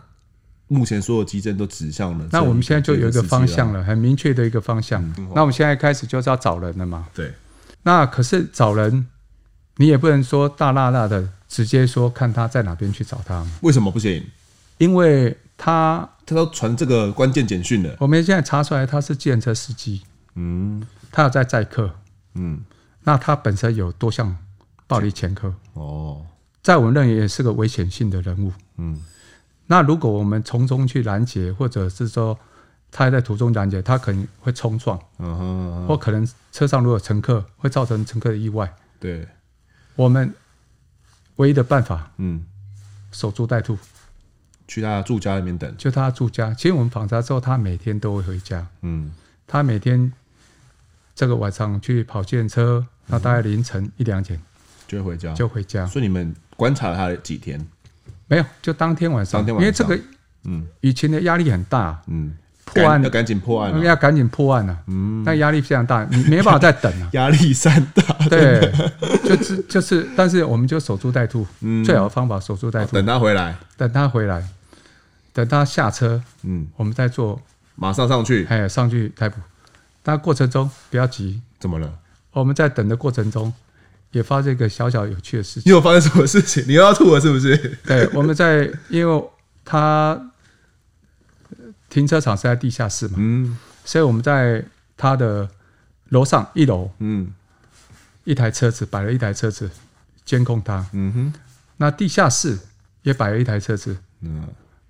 Speaker 2: 目前所有基证都指向了这
Speaker 1: 那
Speaker 2: 个
Speaker 1: 我们现在就有一个方向
Speaker 2: 了，
Speaker 1: 了，很明确的一个方向。
Speaker 2: 啊嗯
Speaker 1: 那我们现在开始就是要找人了嘛。
Speaker 2: 对，
Speaker 1: 那可是找人，你也不能说大辣辣的直接说看他在哪边去找他嘛，
Speaker 2: 为什么不行？
Speaker 1: 因为他
Speaker 2: 他都传这个关键简讯了。
Speaker 1: 我们现在查出来他是计程车司机，
Speaker 2: 嗯
Speaker 1: 他有在载客，
Speaker 2: 嗯，
Speaker 1: 那他本身有多项暴力前科，
Speaker 2: 哦，
Speaker 1: 在我们认为也是个危险性的人物。
Speaker 2: 嗯
Speaker 1: 那如果我们从中去拦截，或者是说他还在途中拦截，他可能会冲撞，
Speaker 2: 嗯哼，
Speaker 1: 或可能车上如果有乘客会造成乘客的意外。
Speaker 2: 对，
Speaker 1: 我们唯一的办法
Speaker 2: 嗯，
Speaker 1: 守株待兔，
Speaker 2: 去他住家里面等。
Speaker 1: 就他住家。其实我们访查之后，他每天都会回家，
Speaker 2: 嗯
Speaker 1: 他每天这个晚上去跑电车，那大概凌晨一两点
Speaker 2: 就会回家。
Speaker 1: 就回家。
Speaker 2: 所以你们观察了他几天？
Speaker 1: 没有，就当天晚上，
Speaker 2: 当天
Speaker 1: 因为
Speaker 2: 晚
Speaker 1: 这
Speaker 2: 上
Speaker 1: 个
Speaker 2: 嗯
Speaker 1: 以前的压力很大，
Speaker 2: 嗯，
Speaker 1: 破案
Speaker 2: 赶要赶紧破案啊
Speaker 1: 因为
Speaker 2: 了，
Speaker 1: 要赶紧破案啊，
Speaker 2: 嗯
Speaker 1: 那压力非常大，你没办法再等
Speaker 2: 。
Speaker 1: 了
Speaker 2: 压力山大。
Speaker 1: 对，就是就是，但是我们就守株待兔，
Speaker 2: 嗯
Speaker 1: 最好的方法守株待兔，
Speaker 2: 等他回来，
Speaker 1: 等他回来，等他下车，
Speaker 2: 嗯，
Speaker 1: 我们再做
Speaker 2: 马上上去。
Speaker 1: 哎，上去逮捕。但过程中不要急，
Speaker 2: 怎么了？
Speaker 1: 我们在等的过程中也发生一个小小有趣的事情。
Speaker 2: 你有发生什么事情？你又要吐了是不是？
Speaker 1: 对，我们在因为他呃停车场是在地下室嘛，
Speaker 2: 嗯
Speaker 1: 所以我们在他的楼上一楼
Speaker 2: 嗯
Speaker 1: 一台车子摆了一台车子监控他，
Speaker 2: 嗯哼，
Speaker 1: 那地下室也摆了一台车子，
Speaker 2: 嗯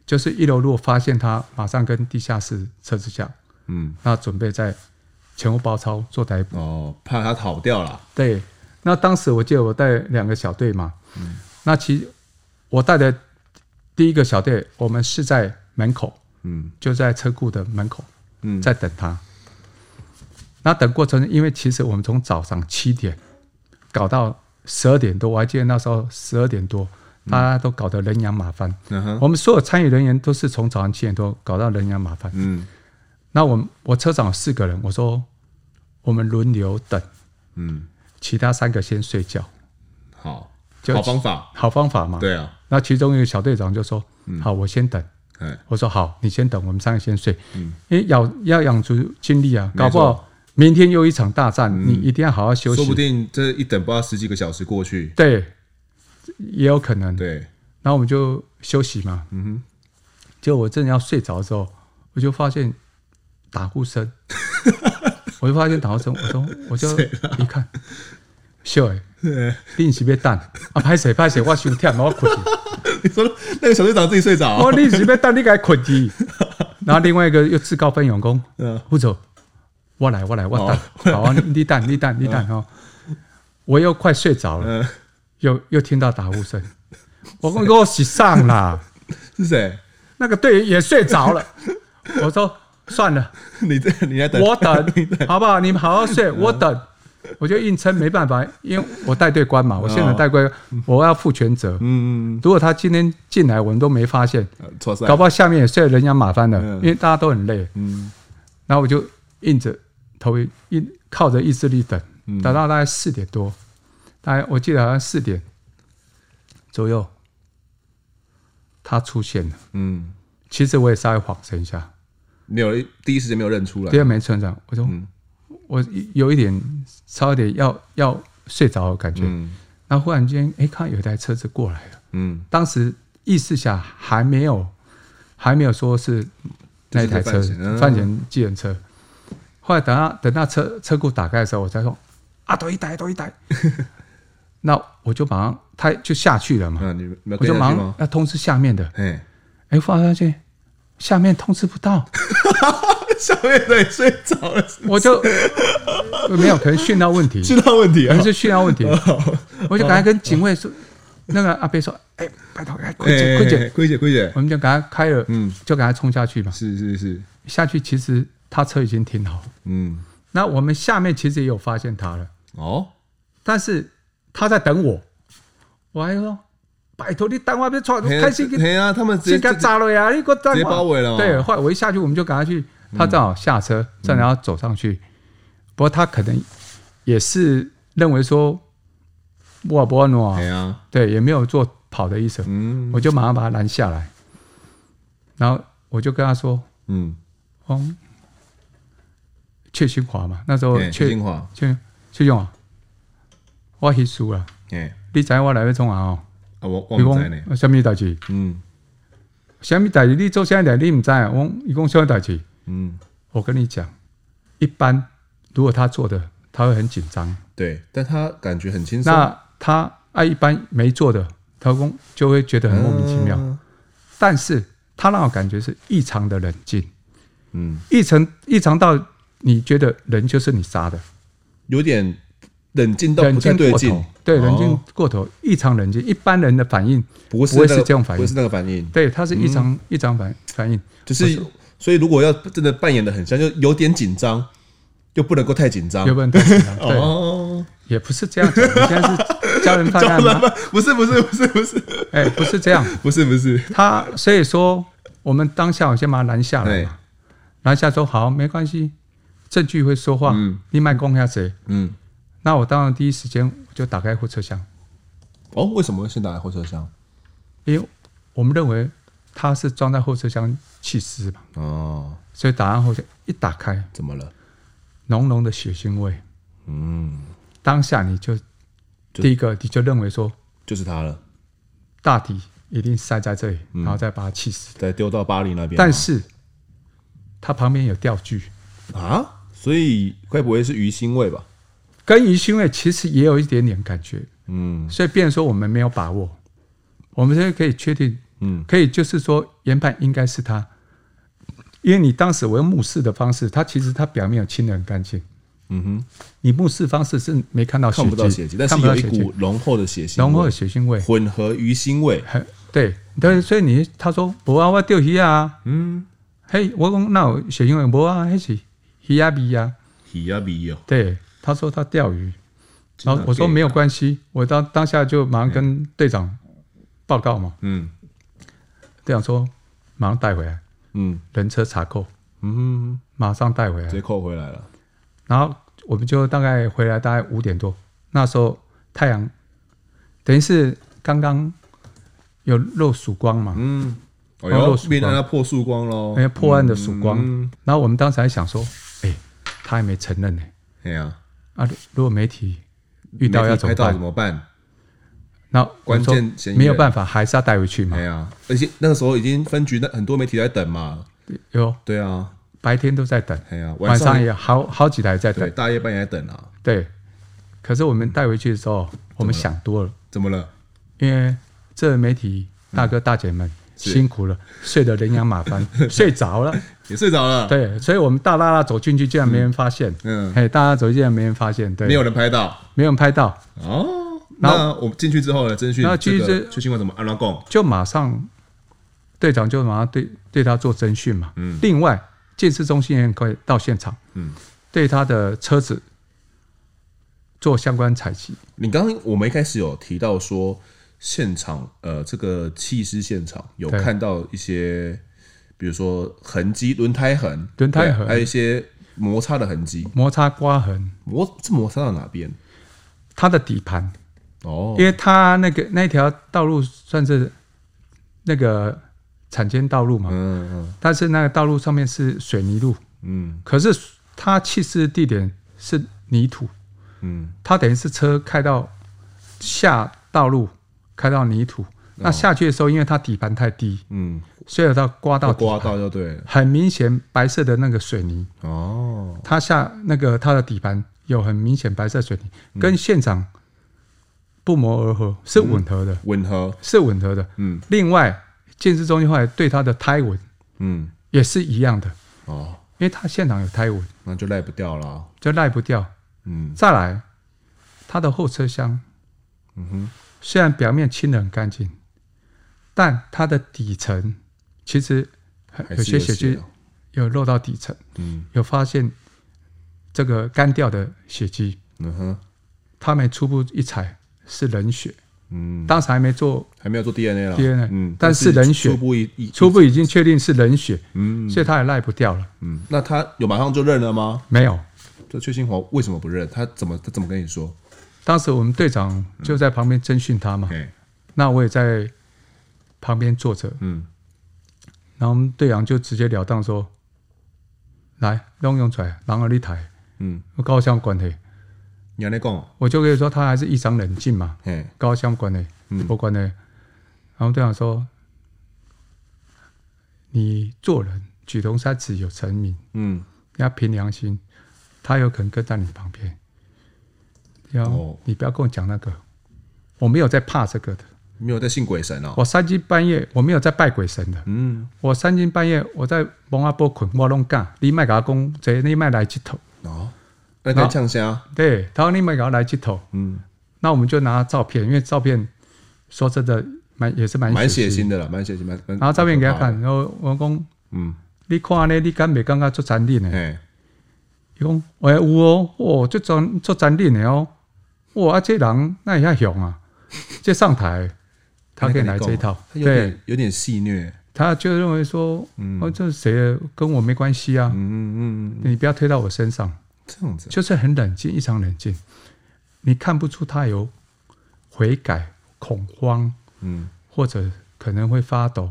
Speaker 1: 就是一楼如果发现他，马上跟地下室车子讲，
Speaker 2: 嗯，
Speaker 1: 那准备在前后包抄做逮捕。
Speaker 2: 哦，怕他逃掉了，
Speaker 1: 对，那当时我记得我带两个小队嘛，那其实我带的第一个小队，我们是在门口，
Speaker 2: 嗯
Speaker 1: 就在车库的门口
Speaker 2: 嗯，
Speaker 1: 在等他。那等过程，因为其实我们从早上七点搞到十二点多，我还记得那时候十二点多，大家都搞得人仰马翻。
Speaker 2: 嗯哼，
Speaker 1: 我们所有参与人员都是从早上七点多搞到人仰马翻。
Speaker 2: 嗯
Speaker 1: 那我们我车长有四个人，我说我们轮流等，
Speaker 2: 嗯，
Speaker 1: 其他三个先睡觉，
Speaker 2: 好，
Speaker 1: 就
Speaker 2: 好方法，
Speaker 1: 好方法嘛。。
Speaker 2: 对嗯啊，
Speaker 1: 那其中一个小队长就说：“好，我先等。
Speaker 2: 哎，”
Speaker 1: 我说：“好，你先等，我们三个先睡。
Speaker 2: 嗯
Speaker 1: 因为要要养足精力啊，
Speaker 2: 没错嗯
Speaker 1: 搞不好明天又一场大战，你一定要好好休
Speaker 2: 说不
Speaker 1: 息。
Speaker 2: 定这一等不知道十几个小时过去，
Speaker 1: 对，也有可能。
Speaker 2: 对，
Speaker 1: 然后我们就休息嘛。
Speaker 2: 嗯
Speaker 1: 就我正要睡着的时候，我就发现打呼 声，我就发现打呼声，我说我就一看，秀哎，
Speaker 2: 哼，
Speaker 1: 你是被蛋啊，拍谁拍谁，我休跳， 我困去，
Speaker 2: 你说那个小队长自己睡着
Speaker 1: 哦我，说你是被蛋，你该困去。然后另外一个又自告奋勇讲，
Speaker 2: 嗯
Speaker 1: 副总，我来我来我蛋
Speaker 2: 哦，
Speaker 1: 好啊，你蛋你蛋你蛋哦，我又快睡着了，
Speaker 2: 嗯，
Speaker 1: 又又听到打呼声，我讲我洗上啦，
Speaker 2: 是谁？
Speaker 1: 那个队员也睡着了，我说算了。
Speaker 2: 你这你来等
Speaker 1: 我 等，好不好？你们好好
Speaker 2: 嗯
Speaker 1: 睡，我等。我就硬撑，没办法，因为我带队官嘛，我现场带队，我要负全责。
Speaker 2: 嗯，嗯
Speaker 1: 如果他今天进来，我们都没发现，
Speaker 2: 嗯，错赛
Speaker 1: 搞，不好下面也睡得人仰马翻了，
Speaker 2: 嗯
Speaker 1: 因为大家都很累。
Speaker 2: 嗯
Speaker 1: 然后我就硬着头一硬靠着意志力等，
Speaker 2: 嗯
Speaker 1: 等到大概四点多，大概我记得好像四点左右，他出现了。
Speaker 2: 嗯，
Speaker 1: 其实我也稍微晃神一下，
Speaker 2: 没有第一时间没有认出来
Speaker 1: 第，二没村长，我说、
Speaker 2: 嗯
Speaker 1: 我有一点稍一点要要睡着的感觉，
Speaker 2: 嗯
Speaker 1: 然后忽然间哎、看到有一台车子过来了，
Speaker 2: 嗯，
Speaker 1: 当时意识下还没有还没有说是那一台车
Speaker 2: 这是犯险嗯
Speaker 1: 犯险计程车，后来等他等他车车库打开的时候，我才说啊，都一台都一 台，那我就马上他就下去了嘛，
Speaker 2: 嗯，你没有
Speaker 1: 我
Speaker 2: 跟
Speaker 1: 就
Speaker 2: 下
Speaker 1: 马
Speaker 2: 去
Speaker 1: 上
Speaker 2: 吗？
Speaker 1: 要通知下面的，
Speaker 2: 哎，
Speaker 1: 哎、发现下面通知不到。
Speaker 2: 小队长也睡着了，
Speaker 1: 我就呃没有，可能训到问题，
Speaker 2: 知道问题
Speaker 1: 可
Speaker 2: 啊
Speaker 1: 能？是训到问题，
Speaker 2: 哦
Speaker 1: 我就赶快跟警卫说，那个阿贝说，哎，拜托，哎，快
Speaker 2: 哎
Speaker 1: 点，快点，
Speaker 2: 龟姐，龟姐，
Speaker 1: 我们就赶快开了，
Speaker 2: 嗯
Speaker 1: 就赶快冲下去嘛。
Speaker 2: 是是是，
Speaker 1: 下去其实他车已经停好，
Speaker 2: 嗯，
Speaker 1: 那我们下面其实也有发现他了，
Speaker 2: 哦，
Speaker 1: 但是他在等我，我还说，拜托你等我，别闯，
Speaker 2: 嘿
Speaker 1: 开心给
Speaker 2: 嘿啊，他们直接
Speaker 1: 先给他炸了呀，你给我炸
Speaker 2: 直接包围了嘛嗯
Speaker 1: 对，后来我一下去，我们就赶快去，他正好下车，正好要走上去。不过他可能也是认为说，哇不诺
Speaker 2: 哎
Speaker 1: 啊，
Speaker 2: 呀，
Speaker 1: 对，也没有做跑的意思，
Speaker 2: 嗯
Speaker 1: 我就马上把他拦下来，然后我就跟他说，
Speaker 2: 嗯，
Speaker 1: 嗯，阙新华嘛，那时候
Speaker 2: 哎，
Speaker 1: 阙
Speaker 2: 邱金华，
Speaker 1: 阙阙新华，啊我去输了，
Speaker 2: 哎，
Speaker 1: 你知道我来要创啊哦，
Speaker 2: 啊，我我
Speaker 1: 你
Speaker 2: 唔知呢，
Speaker 1: 讲什么代志？
Speaker 2: 嗯
Speaker 1: 什么代志？你做啥代志？你唔知啊？我伊讲什么代志？
Speaker 2: 嗯，
Speaker 1: 我跟你讲，一般如果他做的，他会很紧张。
Speaker 2: 对，但他感觉很轻松，
Speaker 1: 那他啊，一般没做的，他工就会觉得很莫名其妙。
Speaker 2: 嗯
Speaker 1: 但是他让我感觉是异常的冷静，
Speaker 2: 嗯，
Speaker 1: 异常异常到你觉得人就是你杀的，
Speaker 2: 有点冷静到
Speaker 1: 冷
Speaker 2: 不太
Speaker 1: 静
Speaker 2: 对
Speaker 1: 过
Speaker 2: 劲
Speaker 1: 头，，对，冷静
Speaker 2: 哦
Speaker 1: 过头，异常冷静。一般人的反应，
Speaker 2: 不是
Speaker 1: 不会
Speaker 2: 那
Speaker 1: 是
Speaker 2: 个
Speaker 1: 这种反应
Speaker 2: 不是那个嗯反应，
Speaker 1: 对，他是异常异常反反应。
Speaker 2: 就是所以如果要真的扮演的很像，就有点紧张，又不能够太紧张
Speaker 1: 有。没有很紧 张？啊对，
Speaker 2: 哦，
Speaker 1: 也不是这样讲。你现在是教人犯
Speaker 2: 交
Speaker 1: 案
Speaker 2: 了
Speaker 1: 吗？
Speaker 2: 吗？不是不是不是不是
Speaker 1: 哎，不是这样。
Speaker 2: 不是不是，
Speaker 1: 他所以说，我们当下我先把他拦下来
Speaker 2: 对
Speaker 1: 嘛，，拦下说好，没关系，证据会说话，
Speaker 2: 嗯
Speaker 1: 你卖公下谁？
Speaker 2: 嗯，
Speaker 1: 那我当然第一时间我就打开货车箱，
Speaker 2: 哦，为什么会先打开后车厢？
Speaker 1: 因为我们认为他是装在后车厢弃尸嘛，
Speaker 2: 哦，
Speaker 1: 所以打开后车一打开，
Speaker 2: 怎么了？
Speaker 1: 浓浓的血腥味，
Speaker 2: 嗯，
Speaker 1: 当下你就
Speaker 2: 就
Speaker 1: 第一个你就认为说
Speaker 2: 就是他了，
Speaker 1: 大体一定塞在这里，然后再把他气死。
Speaker 2: 再丢到巴黎那边吗。
Speaker 1: 但是他旁边有钓具，
Speaker 2: 啊，所以该不会是鱼腥味吧？
Speaker 1: 跟鱼腥味其实也有一点点感觉，
Speaker 2: 嗯
Speaker 1: 所以变成说我们没有把握，我们现在可以确定，
Speaker 2: 嗯
Speaker 1: 可以就是说研判应该是它，因为你当时我用目视的方式，它其实它表面有清的很干净，
Speaker 2: 嗯哼，
Speaker 1: 你目视方式是没看到血迹，
Speaker 2: 看不到血迹，但是
Speaker 1: 看不到
Speaker 2: 有一
Speaker 1: 血迹
Speaker 2: 股浓厚的血腥味，
Speaker 1: 浓厚的血腥味，
Speaker 2: 混合鱼腥味。
Speaker 1: 很对，但是所以你他说不啊，我钓鱼啊，
Speaker 2: 嗯，
Speaker 1: 嘿，我讲那有血腥味不啊，那是鱼啊味啊，
Speaker 2: 皮呀皮哟，
Speaker 1: 对，他说他钓鱼，然后我说
Speaker 2: 真的
Speaker 1: 没有关系，我当当下就马上跟队长报告嘛，
Speaker 2: 嗯
Speaker 1: 队长说马上带回来，
Speaker 2: 嗯
Speaker 1: 人车查扣，
Speaker 2: 嗯哼，
Speaker 1: 马上带回
Speaker 2: 直
Speaker 1: 来，
Speaker 2: 接扣回来了。
Speaker 1: 然后我们就大概回来大概五点多，那时候太阳等于是刚刚有露曙光嘛，
Speaker 2: 嗯，哎
Speaker 1: 哦
Speaker 2: 呦
Speaker 1: 露，曙
Speaker 2: 变成
Speaker 1: 光
Speaker 2: 要破曙光喽
Speaker 1: 因为！破案的曙光，
Speaker 2: 嗯
Speaker 1: 然后我们当时还想说，哎、他还没承认呢、
Speaker 2: 哎呀，
Speaker 1: 啊，如果媒体遇到要怎么
Speaker 2: 媒体拍到
Speaker 1: 办
Speaker 2: 怎？么办？
Speaker 1: 那我们说
Speaker 2: 关键嫌疑人
Speaker 1: 没有办法，还是要带回去嘛
Speaker 2: 哎。呀，而且那个时候已经分局那很多媒体都在等嘛。
Speaker 1: 有
Speaker 2: 对啊，
Speaker 1: 白天都在等，
Speaker 2: 哎呀，
Speaker 1: 晚
Speaker 2: 上
Speaker 1: 上也好好几台在
Speaker 2: 对，
Speaker 1: 等。
Speaker 2: 大夜班也在等啊。
Speaker 1: 对，可是我们带回去的时候，我们想多了，
Speaker 2: 怎么了？
Speaker 1: 因为这媒体大哥大姐们
Speaker 2: 嗯是
Speaker 1: 辛苦了，睡得人仰马 翻，睡着了。
Speaker 2: 也睡着了？，
Speaker 1: 对，所以我们大拉拉走进去，竟然没人发现。
Speaker 2: 嗯，
Speaker 1: 嘿，大拉拉走进去竟然没人发现，对，
Speaker 2: 没有人拍到
Speaker 1: 没有人拍到，
Speaker 2: 哦。
Speaker 1: 然后
Speaker 2: 那我们进去之后呢？真讯
Speaker 1: 那
Speaker 2: 这
Speaker 1: 继续
Speaker 2: 个
Speaker 1: 这
Speaker 2: 邱新闻怎么啊安拉贡？
Speaker 1: 就马上队长就马上对对他做侦讯嘛。
Speaker 2: 嗯
Speaker 1: 另外，建设中心也很快到现场，
Speaker 2: 嗯，
Speaker 1: 对他的车子做相关采集。
Speaker 2: 你刚刚我们一开始有提到说，现场呃，这个弃尸现场有
Speaker 1: 对
Speaker 2: 看到一些，比如说痕迹、轮胎痕、
Speaker 1: 轮胎痕
Speaker 2: 对还有一些摩擦的痕迹。
Speaker 1: 摩擦刮痕，
Speaker 2: 摩是摩擦到哪边？
Speaker 1: 它的底盘，
Speaker 2: 哦
Speaker 1: 因，为它那个那条道路算是那个产间道路嘛，
Speaker 2: 嗯
Speaker 1: 但是那个道路上面是水泥路，
Speaker 2: 嗯
Speaker 1: 可是它弃尸地点是泥土，
Speaker 2: 嗯
Speaker 1: 它等于是车开到下道路，开到泥
Speaker 2: 哦
Speaker 1: 土。那下去的时候，因为它底盘太低，
Speaker 2: 嗯
Speaker 1: 所以它刮到
Speaker 2: 嗯，
Speaker 1: 底
Speaker 2: 刮
Speaker 1: 盘，
Speaker 2: 到就对了。
Speaker 1: 很明显白色的那个水泥，
Speaker 2: 哦，
Speaker 1: 它下那个它的底盘有很明显白色水
Speaker 2: 嗯
Speaker 1: 泥，跟现场不谋而合，是吻合的，
Speaker 2: 吻合，
Speaker 1: 是吻合的。
Speaker 2: 嗯
Speaker 1: 另外，建设中心后来对它的胎纹
Speaker 2: 嗯，
Speaker 1: 也是一样的，
Speaker 2: 哦，
Speaker 1: 因为它现场有胎纹，
Speaker 2: 那就赖不掉了。
Speaker 1: 就赖不掉。
Speaker 2: 嗯
Speaker 1: 再来，它的后车厢
Speaker 2: 嗯哼，
Speaker 1: 虽然表面清得很干净，但它的底层其实很
Speaker 2: 还
Speaker 1: 有
Speaker 2: 是有
Speaker 1: 些
Speaker 2: 血
Speaker 1: 血迹
Speaker 2: 哦
Speaker 1: 有漏到底层，
Speaker 2: 嗯
Speaker 1: 有发现这个干掉的血迹。
Speaker 2: 嗯哼，
Speaker 1: 他们初步一采是人血，
Speaker 2: 嗯，
Speaker 1: 当时还没做，
Speaker 2: 还没有做 DNA 了
Speaker 1: DNA
Speaker 2: 嗯，
Speaker 1: 但是人血
Speaker 2: 初步一一
Speaker 1: 初步已经确定是人血，
Speaker 2: 嗯
Speaker 1: 所以他也赖不掉了。
Speaker 2: 嗯，那他有马上就认了吗？
Speaker 1: 没有，
Speaker 2: 这邱清华为什么不认？他怎么他怎么跟你说？
Speaker 1: 当时我们队长
Speaker 2: 嗯
Speaker 1: 就在旁边侦讯他嘛，
Speaker 2: 哎，
Speaker 1: 那我也在旁边坐着，
Speaker 2: 嗯
Speaker 1: 然后我们队长就直截了当说：“来，弄用出来，然后你抬，
Speaker 2: 嗯，
Speaker 1: 我高相关的。
Speaker 2: 你安尼讲哦，”
Speaker 1: 我就可以说他还是异常冷静嘛，
Speaker 2: 嘿，
Speaker 1: 高相关的，
Speaker 2: 嗯
Speaker 1: 不关的。然后队长说：“你做人举头三尺有神明。”
Speaker 2: 嗯，
Speaker 1: 你要凭良心，他有可能跟在你旁边。要、
Speaker 2: 哦
Speaker 1: 你不要跟我讲那个，我没有在怕这个的。
Speaker 2: 没有在信鬼神哦，
Speaker 1: 我三更半夜我没有在拜鬼神的，
Speaker 2: 嗯，
Speaker 1: 我三更半夜我在蒙阿波困，我拢干。你卖给我讲，这你卖来接头，
Speaker 2: 哦，那跟呛虾，
Speaker 1: 对，他说你卖给我来接头，
Speaker 2: 嗯，
Speaker 1: 那我们就拿照片，因为照片说真的蛮也是蛮
Speaker 2: 蛮血
Speaker 1: 血
Speaker 2: 腥的了，蛮血腥，蛮蛮。
Speaker 1: 然后照片给他看，
Speaker 2: 蛮可怕的，
Speaker 1: 然后我讲
Speaker 2: 嗯，
Speaker 1: 你看呢，你敢袂感觉做残忍呢？
Speaker 2: 哎，
Speaker 1: 伊讲，喂、有哦，哦，足专足专练的哦，哇，啊，这人那也遐凶啊，这上台，他可以来这一套，
Speaker 2: 他有
Speaker 1: 对，
Speaker 2: 点有点戏虐，
Speaker 1: 他就认为说，哦，这是谁的跟我没关系啊，
Speaker 2: 음.嗯嗯嗯，
Speaker 1: 你不要推到我身上，
Speaker 2: 这样子，啊
Speaker 1: 就是很冷静，异常冷静，你看不出他有悔改、恐慌，
Speaker 2: 嗯，
Speaker 1: 或者可能会发抖，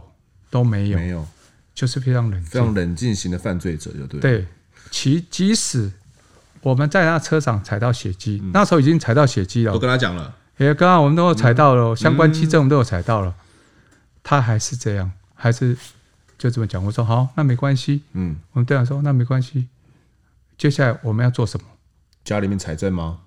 Speaker 1: 都没有，
Speaker 2: 没有，
Speaker 1: 就是非常冷
Speaker 2: 非
Speaker 1: 静，
Speaker 2: 常冷静型的犯罪者，就对了，
Speaker 1: 对，其即使。我们在他车上踩到血迹，那时候已经踩到血迹了
Speaker 2: 都，跟他讲了，
Speaker 1: 也刚刚我们都有踩到了哦，相关机证我们都有踩到了，他还是这样，还是就这么讲。我说好，那没关系。
Speaker 2: 嗯
Speaker 1: 我们队长说那没关系，接下来我们要做什么？
Speaker 2: 家里面财政吗？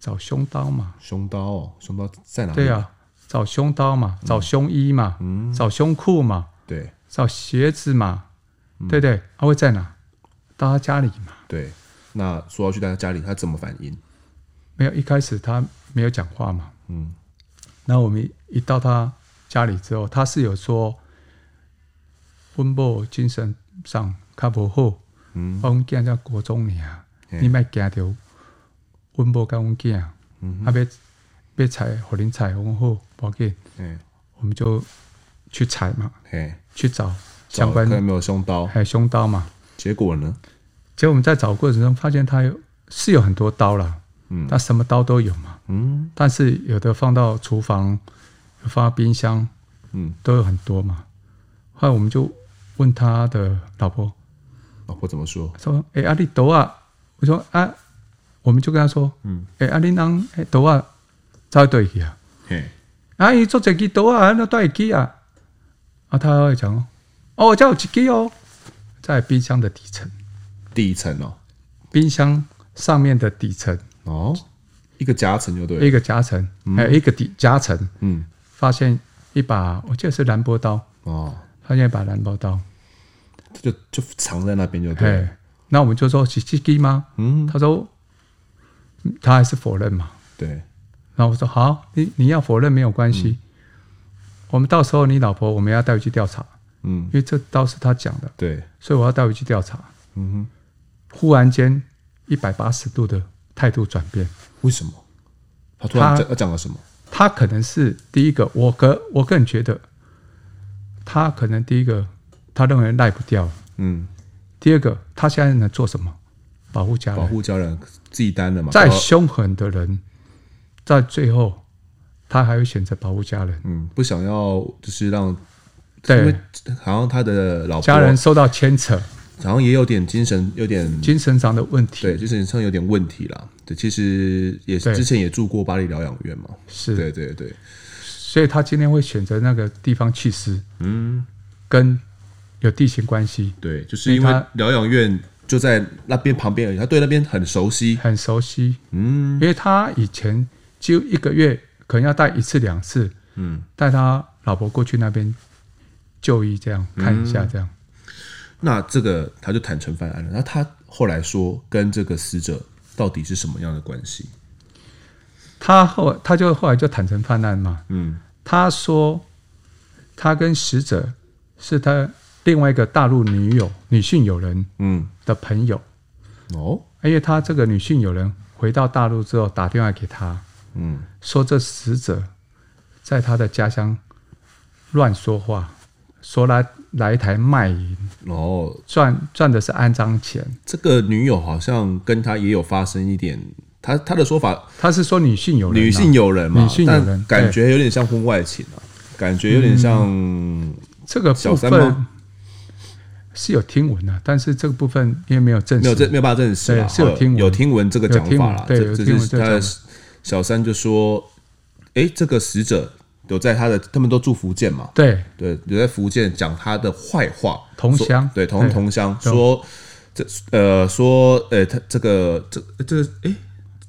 Speaker 1: 找凶刀嘛，
Speaker 2: 凶刀哦，凶刀在哪里？
Speaker 1: 对啊，找凶刀嘛，找凶衣嘛，找凶裤嘛，
Speaker 2: 对
Speaker 1: 找鞋子嘛，对不对？他、会在哪？到他家里嘛。
Speaker 2: 对。那说要去他家里，他怎么反应？
Speaker 1: 没有，一开始他没有讲话嘛。
Speaker 2: 嗯，
Speaker 1: 那我们一到他家里之后，他是有说，温某精神上较无好，
Speaker 2: 嗯
Speaker 1: 我阮囝才国中尔，
Speaker 2: 嘿
Speaker 1: 你莫惊着温某甲阮囝，啊
Speaker 2: 嗯
Speaker 1: 要要采，互恁采，我讲好，无要紧，
Speaker 2: 嘿，
Speaker 1: 我们就去采嘛，
Speaker 2: 嘿，
Speaker 1: 去找
Speaker 2: 找
Speaker 1: 相关
Speaker 2: 看有没有凶刀？
Speaker 1: 还有凶刀嘛。
Speaker 2: 结果呢？
Speaker 1: 结果我们在找过程中发现他有是有很多刀啦，
Speaker 2: 嗯
Speaker 1: 他什么刀都有嘛，
Speaker 2: 嗯
Speaker 1: 但是有的放到厨房，有放到冰箱，
Speaker 2: 嗯，
Speaker 1: 都有很多嘛。后来我们就问他的老婆，
Speaker 2: 老哦婆怎么说？
Speaker 1: 说：“哎、阿丽斗啊！”我说：“啊，我们就跟他说，
Speaker 2: 嗯，
Speaker 1: 哎、阿丽人哎斗啊，早对去啊，
Speaker 2: 嘿，
Speaker 1: 啊，伊做一支刀啊，那带去啊。”啊，他会讲：“哦，这有一支哦，在冰箱的底层，
Speaker 2: 第一层哦，
Speaker 1: 冰箱上面的底层
Speaker 2: 哦，一个夹层就对了。
Speaker 1: 一个夹层，还有一个底夹层，
Speaker 2: 嗯，
Speaker 1: 发现一把，我记得是兰博刀，
Speaker 2: 哦，
Speaker 1: 发现一把兰博刀，
Speaker 2: 就就藏在那边就对了。
Speaker 1: 哎，那我们就说是这支吗？
Speaker 2: 嗯，
Speaker 1: 他说嗯他还是否认嘛。
Speaker 2: 对，
Speaker 1: 然后我说好，你你要否认没有关
Speaker 2: 嗯
Speaker 1: 系，我们到时候你老婆我们要带回去调查，
Speaker 2: 嗯
Speaker 1: 因，为这刀是他讲的，
Speaker 2: 对，
Speaker 1: 所以我要带回去调查。
Speaker 2: 嗯
Speaker 1: 忽然间一百八十度的态度转变，
Speaker 2: 哼，为什么？他突然
Speaker 1: 他
Speaker 2: 讲他讲了什么？
Speaker 1: 他可能是第一个，我个我个人觉得，他可能第一个他认为赖不掉，
Speaker 2: 嗯，
Speaker 1: 第二个他现在能做什么？保护家
Speaker 2: 保
Speaker 1: 人。
Speaker 2: 护家人自己担了嘛。
Speaker 1: 再
Speaker 2: 搞不好
Speaker 1: 凶狠的人，在最后他还会选择保护家人，
Speaker 2: 嗯，不想要就是让，因为
Speaker 1: 对
Speaker 2: 好像他的老婆
Speaker 1: 家人受到牵扯，
Speaker 2: 好像也有点精神，有点
Speaker 1: 精神上的问题
Speaker 2: 对，精神上有点问题啦。对，其实也是
Speaker 1: 对
Speaker 2: 之前也住过巴黎疗养院嘛。
Speaker 1: 是，
Speaker 2: 对对对，
Speaker 1: 所以他今天会选择那个地方弃尸，嗯，跟有地形关系，
Speaker 2: 对，就是因
Speaker 1: 因
Speaker 2: 为
Speaker 1: 为他
Speaker 2: 疗养院就在那边旁边而已，他对那边很熟悉。
Speaker 1: 很熟悉，
Speaker 2: 嗯
Speaker 1: 因为他以前就一个月可能要带一次两次，
Speaker 2: 嗯，
Speaker 1: 带他老婆过去那边就医，这样看一
Speaker 2: 嗯
Speaker 1: 下，这样
Speaker 2: 那这个他就坦诚犯案了。那他后来说跟这个死者到底是什么样的关系？
Speaker 1: 他后他就后来就坦诚犯案嘛，
Speaker 2: 嗯
Speaker 1: 他说他跟死者是他另外一个大陆女友、女性友人
Speaker 2: 嗯，
Speaker 1: 的朋友，
Speaker 2: 哦，
Speaker 1: 因为他这个女性友人回到大陆之后打电话给他，
Speaker 2: 嗯，
Speaker 1: 说这死者在他的家乡乱说话，说来来台卖淫，
Speaker 2: 哦，
Speaker 1: 赚赚的是安葬钱。
Speaker 2: 这个女友好像跟他也有发生一点，他他的说法，
Speaker 1: 他是说女性友人、啊
Speaker 2: 女性，友人嘛，
Speaker 1: 女性友人嗯
Speaker 2: 但感觉有点像婚外情啊，感觉有点像，
Speaker 1: 这个
Speaker 2: 小
Speaker 1: 部
Speaker 2: 三吗
Speaker 1: 分是有听闻的、但是这个部分因为没有证实，
Speaker 2: 没有这没有办法证实啊，
Speaker 1: 对是有
Speaker 2: 后来
Speaker 1: 听闻
Speaker 2: 有听闻这个讲法啦，
Speaker 1: 有听闻对
Speaker 2: 这
Speaker 1: 有
Speaker 2: 这
Speaker 1: 听
Speaker 2: 就
Speaker 1: 闻
Speaker 2: 是
Speaker 1: 这
Speaker 2: 他
Speaker 1: 个
Speaker 2: 的
Speaker 1: 讲法
Speaker 2: 小三就说，诶，这个死者有在他的，他们都住福建嘛，
Speaker 1: 对
Speaker 2: 对，有在福建讲他的坏话，
Speaker 1: 同
Speaker 2: 说
Speaker 1: 乡
Speaker 2: 对同
Speaker 1: 对
Speaker 2: 同乡说这呃说呃他这个这这哎、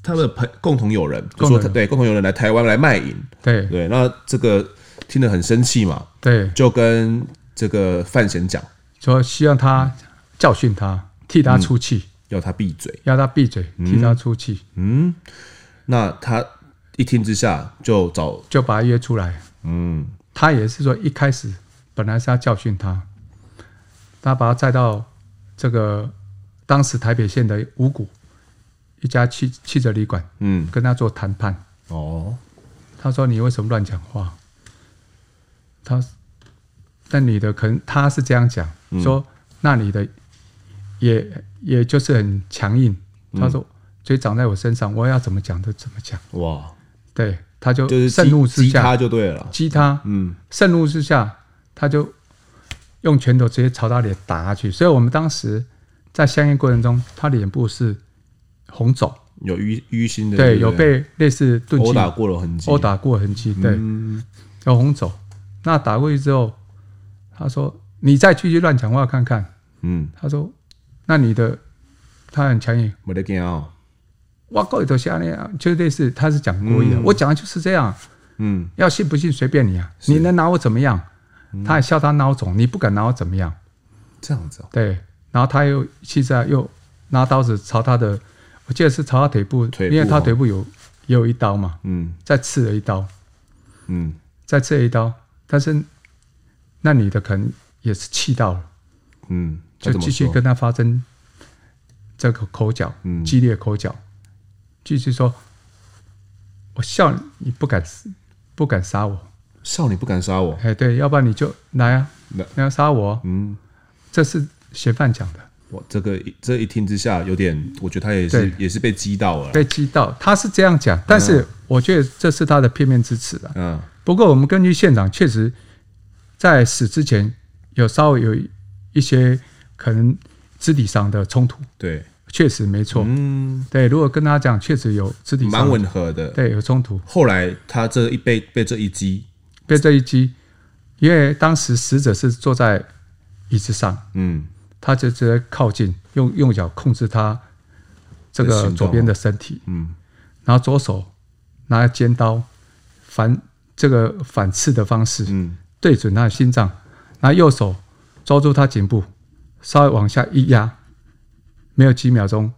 Speaker 2: 他们的朋共同友人就
Speaker 1: 共
Speaker 2: 说
Speaker 1: 同友
Speaker 2: 他
Speaker 1: 人
Speaker 2: 对共同友人来台湾来卖淫，
Speaker 1: 对
Speaker 2: 对，那这个听得很生气嘛，
Speaker 1: 对，
Speaker 2: 就跟这个范闲讲，
Speaker 1: 说希望他教训他，替他出气，
Speaker 2: 要他闭嘴。
Speaker 1: 要他闭嘴，替他出气，
Speaker 2: 嗯，那他一听之下就找
Speaker 1: 就把他约出来。
Speaker 2: 嗯
Speaker 1: 他也是说一开始本来是要教训他，他把他载到这个当时台北县的五股一家汽汽车旅馆，
Speaker 2: 嗯
Speaker 1: 跟他做谈判。
Speaker 2: 哦
Speaker 1: 他说：“你为什么乱讲话？”他，那女的可能他是这样讲，
Speaker 2: 嗯
Speaker 1: 说那女的也也就是很强硬。他说：“嘴长在我身上，我要怎么讲就怎么讲。
Speaker 2: 哇，”
Speaker 1: 对，他就
Speaker 2: 就是
Speaker 1: 盛怒之
Speaker 2: 激激他
Speaker 1: 下
Speaker 2: 就对了啦，
Speaker 1: 激他，
Speaker 2: 嗯
Speaker 1: 盛怒之下他就用拳头直接朝他脸打下去。所以我们当时在相应过程中，他脸部是红肿，
Speaker 2: 有淤淤心的
Speaker 1: 对，
Speaker 2: 不
Speaker 1: 有被类似钝器
Speaker 2: 殴打过的痕迹，
Speaker 1: 殴打过痕迹，对。
Speaker 2: 嗯
Speaker 1: 要红走。那打过去之后，他说：“你再继续乱讲话看看。
Speaker 2: 嗯”
Speaker 1: 他说：“那你的他很强硬，
Speaker 2: 没得惊哦，
Speaker 1: 哇，够里头下那样，就类似他是讲国语的，我讲的就是这样，
Speaker 2: 嗯，
Speaker 1: 要信不信随便你啊，你能拿我怎么样？他还笑他孬种，你不敢拿我怎么样？
Speaker 2: 这样子哦，
Speaker 1: 对，然后他又气在又拿刀子朝他的，我记得是朝他腿部，
Speaker 2: 腿部
Speaker 1: 因为他
Speaker 2: 哦
Speaker 1: 腿部有也有一刀嘛，
Speaker 2: 嗯
Speaker 1: 再刺了一刀，
Speaker 2: 嗯，
Speaker 1: 再刺了一刀，但是那女的可能也是气到了，
Speaker 2: 嗯，他
Speaker 1: 就
Speaker 2: 怎么
Speaker 1: 继续
Speaker 2: 说
Speaker 1: 跟他发生这个口角，
Speaker 2: 嗯
Speaker 1: 激烈口角，继续说，我笑你你不敢不敢杀我，
Speaker 2: 少女不敢杀我，
Speaker 1: 哎，对，要不然你就来啊，
Speaker 2: 那
Speaker 1: 你要杀我，
Speaker 2: 嗯，
Speaker 1: 这是嫌犯讲的，
Speaker 2: 我这个一这一听之下有点，我觉得他也是也是被激到了，
Speaker 1: 被激到，他是这样讲，但是我觉得这是他的片面之词啊。
Speaker 2: 嗯
Speaker 1: 不过我们根据现场，确实在死之前有稍微有一些可能肢体上的冲突，
Speaker 2: 对，
Speaker 1: 确实没错。
Speaker 2: 嗯，
Speaker 1: 对，如果跟他讲，确实有肢体上
Speaker 2: 蛮吻合的。
Speaker 1: 对有冲突，
Speaker 2: 后来他这一被被这一击，
Speaker 1: 被这一击，因为当时死者是坐在椅子上，
Speaker 2: 嗯，
Speaker 1: 他就直接靠近，用用脚控制他这
Speaker 2: 的行
Speaker 1: 个
Speaker 2: 动
Speaker 1: 左边的身体，
Speaker 2: 嗯
Speaker 1: 然后左手拿尖刀反这个反刺的方式，
Speaker 2: 嗯
Speaker 1: 对准他的心脏，然后右手抓住他颈部，稍微往下一压，没有几秒钟，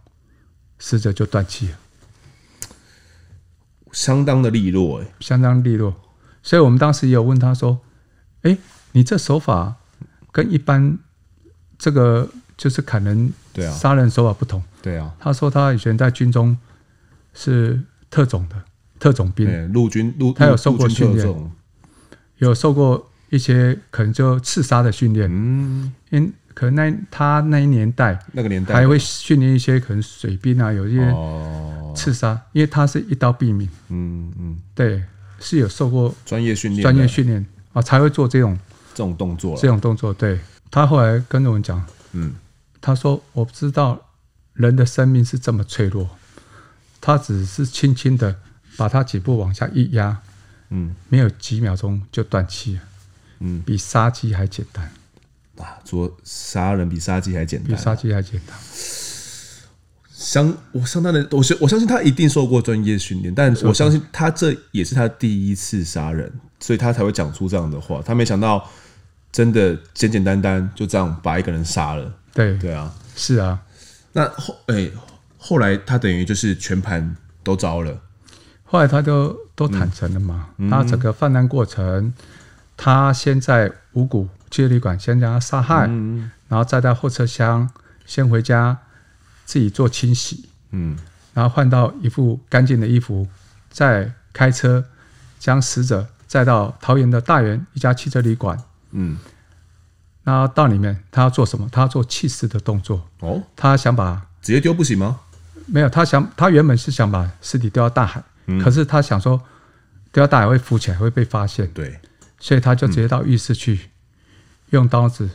Speaker 1: 死者就断气了，
Speaker 2: 相当的利落、欸，
Speaker 1: 相当利落。所以我们当时也有问他说：“哎，你这手法跟一般这个就是砍人
Speaker 2: 对啊
Speaker 1: 杀人手法不同。
Speaker 2: 对啊，
Speaker 1: 他说他以前在军中是特种的特种兵，
Speaker 2: 对，陆军陆
Speaker 1: 嗯他有受过
Speaker 2: 陆军特
Speaker 1: 训练
Speaker 2: 种，
Speaker 1: 有受过一些可能就刺杀的训练，
Speaker 2: 嗯，
Speaker 1: 因为可能那他那一年代。
Speaker 2: 那个年代
Speaker 1: 还会训练一些可能水兵啊，有一些
Speaker 2: 哦，
Speaker 1: 刺杀，因为他是一刀毙命，
Speaker 2: 嗯嗯，
Speaker 1: 对，是有受过
Speaker 2: 专业训练的，
Speaker 1: 专业训练啊，才会做这种
Speaker 2: 这种动作
Speaker 1: 这
Speaker 2: 了，
Speaker 1: 种动作。对他后来跟着我们讲，
Speaker 2: 嗯
Speaker 1: 他说我不知道人的生命是这么脆弱，他只是轻轻的把他颈部往下一压，
Speaker 2: 嗯
Speaker 1: 没有几秒钟就断气了，
Speaker 2: 嗯，
Speaker 1: 比杀鸡还简单，
Speaker 2: 啊，做杀人比杀鸡还简
Speaker 1: 比
Speaker 2: 单，
Speaker 1: 杀鸡还简单。
Speaker 2: 相我相当的，我相我相信他一定受过专业训练，但
Speaker 1: 啊
Speaker 2: 我相信他这也是他第一次杀人，所以他才会讲出这样的话。他没想到真的简简单单就这样把一个人杀了，
Speaker 1: 对，
Speaker 2: 对啊。
Speaker 1: 是啊，
Speaker 2: 那后哎、后来他等于就是全盘都招了，
Speaker 1: 后来他就都坦诚了嘛，
Speaker 2: 嗯
Speaker 1: 他整个犯案过程，他先在五谷去旅馆先将他杀害，
Speaker 2: 嗯
Speaker 1: 然后再在后车厢先回家自己做清洗，
Speaker 2: 嗯
Speaker 1: 然后换到一副干净的衣服，再开车将死者载到桃园的大园一家汽车旅馆。
Speaker 2: 嗯，
Speaker 1: 那到里面，他要做什么？他要做弃尸的动作，
Speaker 2: 哦，
Speaker 1: 他想把
Speaker 2: 直接丢不行吗？
Speaker 1: 没有，他想他原本是想把尸体丢到大海，
Speaker 2: 嗯
Speaker 1: 可是他想说丢到大海会浮起来，会被发现，
Speaker 2: 对，
Speaker 1: 所以他就直接到浴室去，用刀子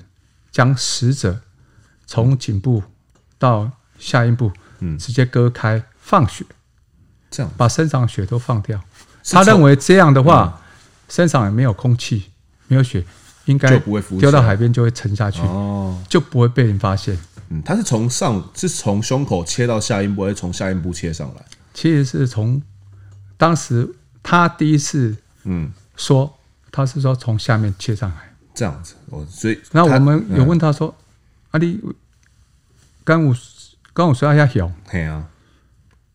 Speaker 1: 将死者从颈部到下阴部，
Speaker 2: 嗯
Speaker 1: 直接割开放血，
Speaker 2: 这样
Speaker 1: 把身上的血都放掉。
Speaker 2: 是
Speaker 1: 他
Speaker 2: 从嗯
Speaker 1: 认为这样的话，身上也没有空气，没有血，应该
Speaker 2: 就不会浮起
Speaker 1: 丢
Speaker 2: 来
Speaker 1: 到海边就会沉下去，
Speaker 2: 哦，
Speaker 1: 就不会被人发现。
Speaker 2: 嗯，他是从上是从胸口切到下阴部，还是从下阴部切上来？
Speaker 1: 其实是从当时他第一次
Speaker 2: 嗯，
Speaker 1: 说，他是说从下面切上来。
Speaker 2: 这样子，哦，所以
Speaker 1: 那
Speaker 2: 他嗯
Speaker 1: 我们有问他说：“啊，你刚我刚我说要下小，
Speaker 2: 嘿啊，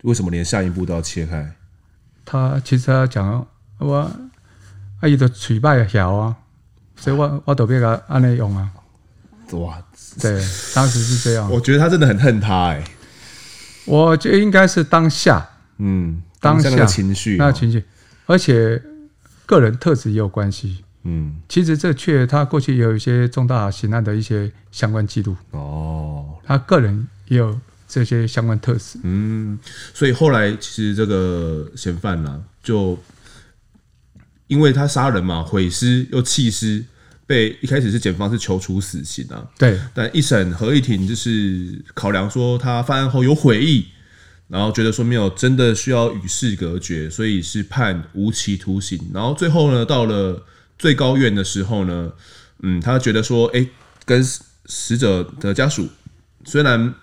Speaker 2: 为什么连下一步都要切开？
Speaker 1: 他其实他讲我啊，伊的嘴巴也小啊，所以我我都别个安尼用 啊。
Speaker 2: 哇，
Speaker 1: 对，当时是这样。
Speaker 2: 我觉得他真的很恨他哎、
Speaker 1: 我觉得应该是当下
Speaker 2: 嗯，
Speaker 1: 当
Speaker 2: 下
Speaker 1: 下
Speaker 2: 那个情绪，啊
Speaker 1: 那情绪，而且个人特质也有关系。
Speaker 2: 嗯，
Speaker 1: 其实这确他过去也有一些重大刑案的一些相关记录，
Speaker 2: 哦，
Speaker 1: 他个人也有这些相关特质。
Speaker 2: 嗯，所以后来其实这个嫌犯呢、就因为他杀人嘛，毁尸又弃尸，被一开始是检方是求处死刑啊，
Speaker 1: 对，
Speaker 2: 但一审合议庭就是考量说他犯案后有悔意，然后觉得说没有真的需要与世隔绝，所以是判无期徒刑。然后最后呢，到了最高院的时候呢，嗯，他觉得说，哎、跟死死者的家属虽然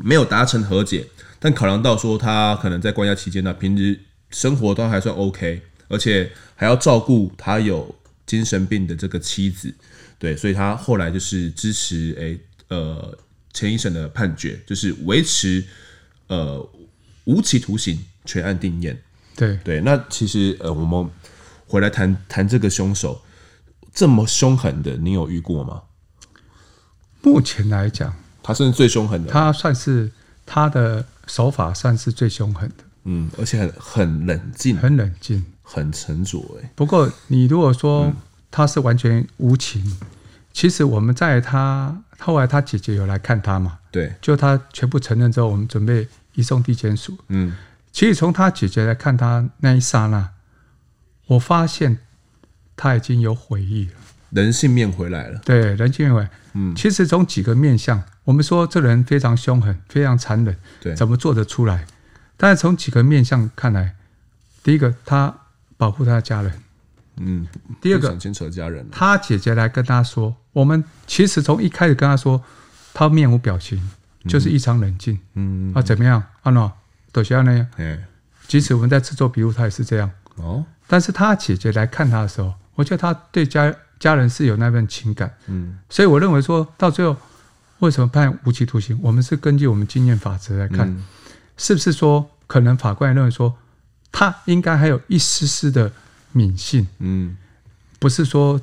Speaker 2: 没有达成和解，但考量到说他可能在关押期间呢，平日生活都还算 OK，而且还要照顾他有精神病的这个妻子，对，所以他后来就是支持诶、呃陈一审的判决，就是维持呃无期徒刑，全案定谳。
Speaker 1: 对，
Speaker 2: 对，那其实呃，我们回来谈谈这个凶手这么凶狠的，你有遇过吗？
Speaker 1: 目前来讲，
Speaker 2: 他甚至最凶狠的，
Speaker 1: 他算是他的手法算是最凶狠的，
Speaker 2: 嗯，而且很很冷静，
Speaker 1: 很冷静。
Speaker 2: 很沉着、哎，
Speaker 1: 不过你如果说他是完全无情，其实我们在他后来他姐姐有来看他嘛，
Speaker 2: 对，
Speaker 1: 就他全部承认之后，我们准备移送地检署。
Speaker 2: 嗯，
Speaker 1: 其实从他姐姐来看他那一刹那，我发现他已经有悔意了。
Speaker 2: 人性面回来了，
Speaker 1: 对，人性为，嗯，其实从几个面相，我们说这人非常凶狠，非常残忍，
Speaker 2: 对
Speaker 1: 怎么做得出来？但是从几个面相看来，第一个，他保护他的家人；
Speaker 2: 嗯，
Speaker 1: 第二个
Speaker 2: 不想牵扯家人了，
Speaker 1: 他姐姐来跟他说，我们其实从一开始跟他说，他面无表情，就是异常冷静、
Speaker 2: 嗯，
Speaker 1: 啊，怎么样？啊喏，都是那样。
Speaker 2: 哎、
Speaker 1: 即使我们在制作笔录，他也是这样。
Speaker 2: 哦，
Speaker 1: 但是他姐姐来看他的时候，我觉得他对家家人是有那份情感，
Speaker 2: 嗯，
Speaker 1: 所以我认为说到最后，为什么判无期徒刑？我们是根据我们经验法则来看，
Speaker 2: 嗯
Speaker 1: 是不是说可能法官认为说他应该还有一丝丝的泯性，
Speaker 2: 嗯，
Speaker 1: 不是说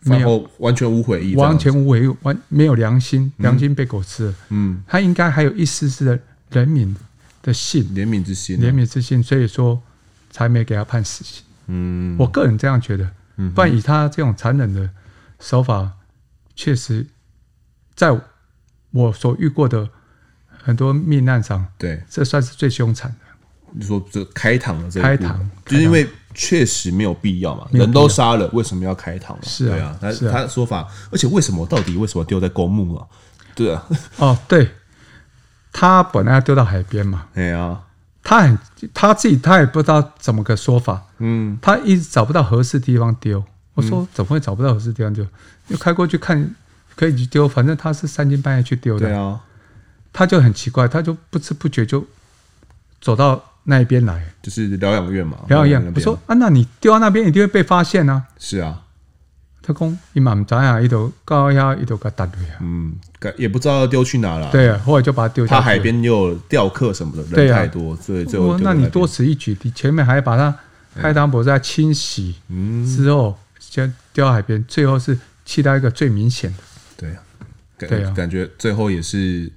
Speaker 1: 没
Speaker 2: 然
Speaker 1: 有
Speaker 2: 后完全无悔意，
Speaker 1: 完
Speaker 2: 这样子，
Speaker 1: 全无为完没有良心，良心被狗吃了，
Speaker 2: 嗯，
Speaker 1: 他应该还有一丝丝的人民的性、
Speaker 2: 怜悯之心、啊
Speaker 1: 怜，悯之心，所以说才没给他判死刑。
Speaker 2: 嗯，
Speaker 1: 我个人这样觉得，
Speaker 2: 嗯
Speaker 1: 不然以他这种残忍的手法，确实在我所遇过的很多命案上，
Speaker 2: 对，
Speaker 1: 这算是最凶残的。
Speaker 2: 你说这开膛了，这一
Speaker 1: 开
Speaker 2: 步
Speaker 1: 膛
Speaker 2: 就是因为确实没有必要嘛，
Speaker 1: 没有
Speaker 2: 人
Speaker 1: 必要
Speaker 2: 都杀了，为什么要开膛呢？
Speaker 1: 是啊
Speaker 2: 对啊，他
Speaker 1: 是啊
Speaker 2: 他的说法，而且为什么到底为什么丢在公墓 啊？对啊，
Speaker 1: 哦，对，他本来要丢到海边嘛，
Speaker 2: 哎呀，
Speaker 1: 他很他自己他也不知道怎么个说法，
Speaker 2: 嗯，
Speaker 1: 他一直找不到合适地方丢。我说怎么会找不到合适地方丢？就开过去看，可以去丢，反正他是三更半夜去丢
Speaker 2: 对
Speaker 1: 的，
Speaker 2: 啊，
Speaker 1: 他就很奇怪，他就不知不觉就走到那一边来。
Speaker 2: 就是疗养院嘛，
Speaker 1: 疗养
Speaker 2: 那
Speaker 1: 院。
Speaker 2: 边
Speaker 1: 我说啊，那你丢到那边一定会被发现啊。
Speaker 2: 是啊，
Speaker 1: 他讲伊嘛唔知啊，伊就高压，伊就给打落啊。
Speaker 2: 嗯，感也不知道要丢去哪了。，
Speaker 1: 对啊，后来就把它丢下
Speaker 2: 怕
Speaker 1: 去。
Speaker 2: 海边又有钓客什么的，
Speaker 1: 对
Speaker 2: 人
Speaker 1: 啊
Speaker 2: 太多，所以最后
Speaker 1: 我
Speaker 2: 丢
Speaker 1: 说
Speaker 2: 在
Speaker 1: 那你
Speaker 2: 边
Speaker 1: 多此一举，你前面还把它开膛破再清洗
Speaker 2: 嗯，
Speaker 1: 之后，先丢到海边，最后是弃到一个最明显的。
Speaker 2: 对啊，感
Speaker 1: 对啊
Speaker 2: 感觉最后也是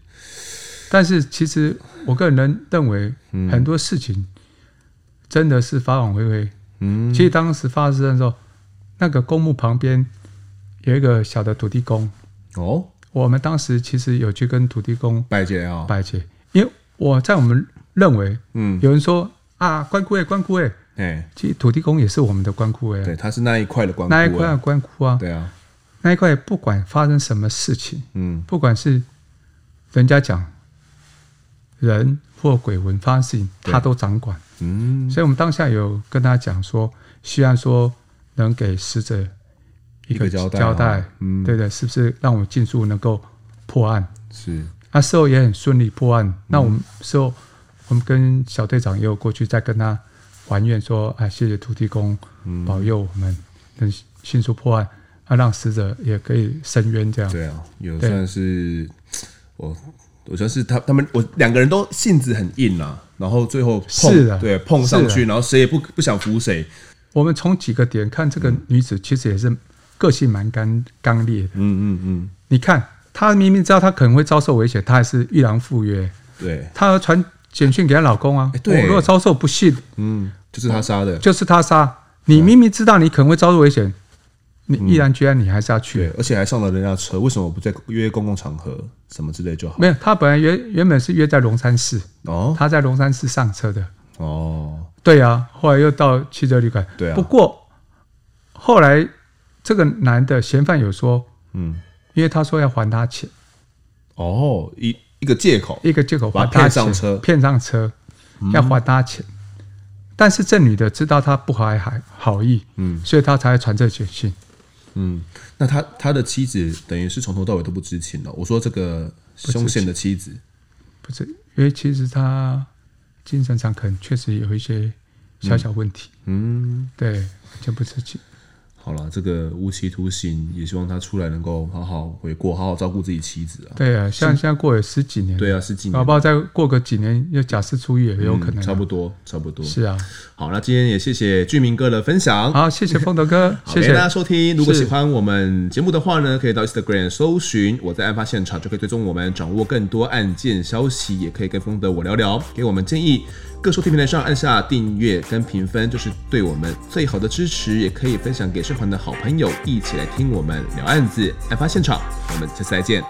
Speaker 1: 但是其实我个人认为，
Speaker 2: 嗯
Speaker 1: 很多事情真的是法网恢恢。
Speaker 2: 嗯
Speaker 1: 其实当时发生的时候，那个公墓旁边有一个小的土地公，
Speaker 2: 哦
Speaker 1: 我们当时其实有去跟土地公
Speaker 2: 拜见啊，
Speaker 1: 拜祭，因为我在我们认为，
Speaker 2: 嗯，
Speaker 1: 有人说啊，关姑哎，关姑哎，
Speaker 2: 哎，
Speaker 1: 其实土地公也是我们的关姑哎，
Speaker 2: 对，他是那一块的关
Speaker 1: 那一
Speaker 2: 顾
Speaker 1: 块
Speaker 2: 啊
Speaker 1: 关姑啊，
Speaker 2: 对啊，
Speaker 1: 那一块不管发生什么事情，
Speaker 2: 嗯
Speaker 1: 不管是人家讲人或鬼魂发生事情，
Speaker 2: 对
Speaker 1: 他都掌管。
Speaker 2: 嗯，
Speaker 1: 所以我们当下有跟他讲说，希望说能给死者一
Speaker 2: 一
Speaker 1: 个
Speaker 2: 个交代啊
Speaker 1: 交代，
Speaker 2: 嗯
Speaker 1: 对的，是不是让我们尽速能够破案？
Speaker 2: 是，
Speaker 1: 那事后也很顺利破案。那我们事后，我们跟小队长也有过去再跟他还愿说，哎，谢谢土地公保佑我们能迅速破案，啊，让死者也可以伸冤这样。
Speaker 2: 对啊，有
Speaker 1: 对
Speaker 2: 算是我。我算是他他们我两个人都性子很硬啊，然后最后碰
Speaker 1: 是啊
Speaker 2: 对碰上
Speaker 1: 是
Speaker 2: 去，然后谁也不不想服谁，
Speaker 1: 我们从几个点看，这个
Speaker 2: 嗯
Speaker 1: 女子其实也是个性蛮刚刚烈的。
Speaker 2: 嗯嗯嗯，
Speaker 1: 你看，她明明知道她可能会遭受危险，她还是毅然赴约。
Speaker 2: 对，
Speaker 1: 她传简讯给她老公啊，
Speaker 2: 哎对
Speaker 1: 我如果遭受不幸，
Speaker 2: 嗯，就是他杀的，
Speaker 1: 就是他杀。你明明知道你可能会遭受危险，你毅然决然，你还是要去。
Speaker 2: 嗯对，而且还上了人家的车，为什么不在约公共场合什么之类就好？
Speaker 1: 没有，他本来原原本是约在龙山寺，
Speaker 2: 哦
Speaker 1: 他在龙山寺上车的。
Speaker 2: 哦，
Speaker 1: 对啊，后来又到汽车旅馆。
Speaker 2: 对啊
Speaker 1: 不过后来这个男的嫌犯有说，
Speaker 2: 嗯，
Speaker 1: 因为他说要还他钱，
Speaker 2: 哦，一一个借口，
Speaker 1: 一个借口
Speaker 2: 把
Speaker 1: 还他
Speaker 2: 他骗
Speaker 1: 钱
Speaker 2: 上车嗯
Speaker 1: 骗上车，要还他钱。但是这女的知道他不怀好好意，
Speaker 2: 嗯
Speaker 1: 所以他才传这简讯。
Speaker 2: 嗯，那他他的妻子等于是从头到尾都不知情了。我说这个凶险的妻子，
Speaker 1: 不不是，因为其实他精神上可能确实有一些小小问题，
Speaker 2: 嗯，
Speaker 1: 对，就不是轻
Speaker 2: 好了，这个无期徒刑，也希望他出来能够好好悔过，好好照顾自己妻子啊。
Speaker 1: 对啊，像现在过了十几年，
Speaker 2: 对啊，是今
Speaker 1: 搞
Speaker 2: 年
Speaker 1: 不好再过个几年又假释出狱也有可能、啊
Speaker 2: 嗯差不多，差不多。
Speaker 1: 是啊。
Speaker 2: 好，那今天也谢谢俊明哥的分享。
Speaker 1: 好，谢谢风德哥，
Speaker 2: 好啊
Speaker 1: 谢
Speaker 2: 感
Speaker 1: 谢
Speaker 2: 谢大家收听。如果
Speaker 1: 是
Speaker 2: 喜欢我们节目的话呢，可以到 Instagram 搜寻“我在案发现场”，就可以追踪我们，掌握更多案件消息，也可以跟风德我聊聊，给我们建议。各收听平台上按下订阅跟评分，就是对我们最好的支持。也可以分享给身旁的好朋友，一起来听我们聊案子、案发现场。我们下次再见，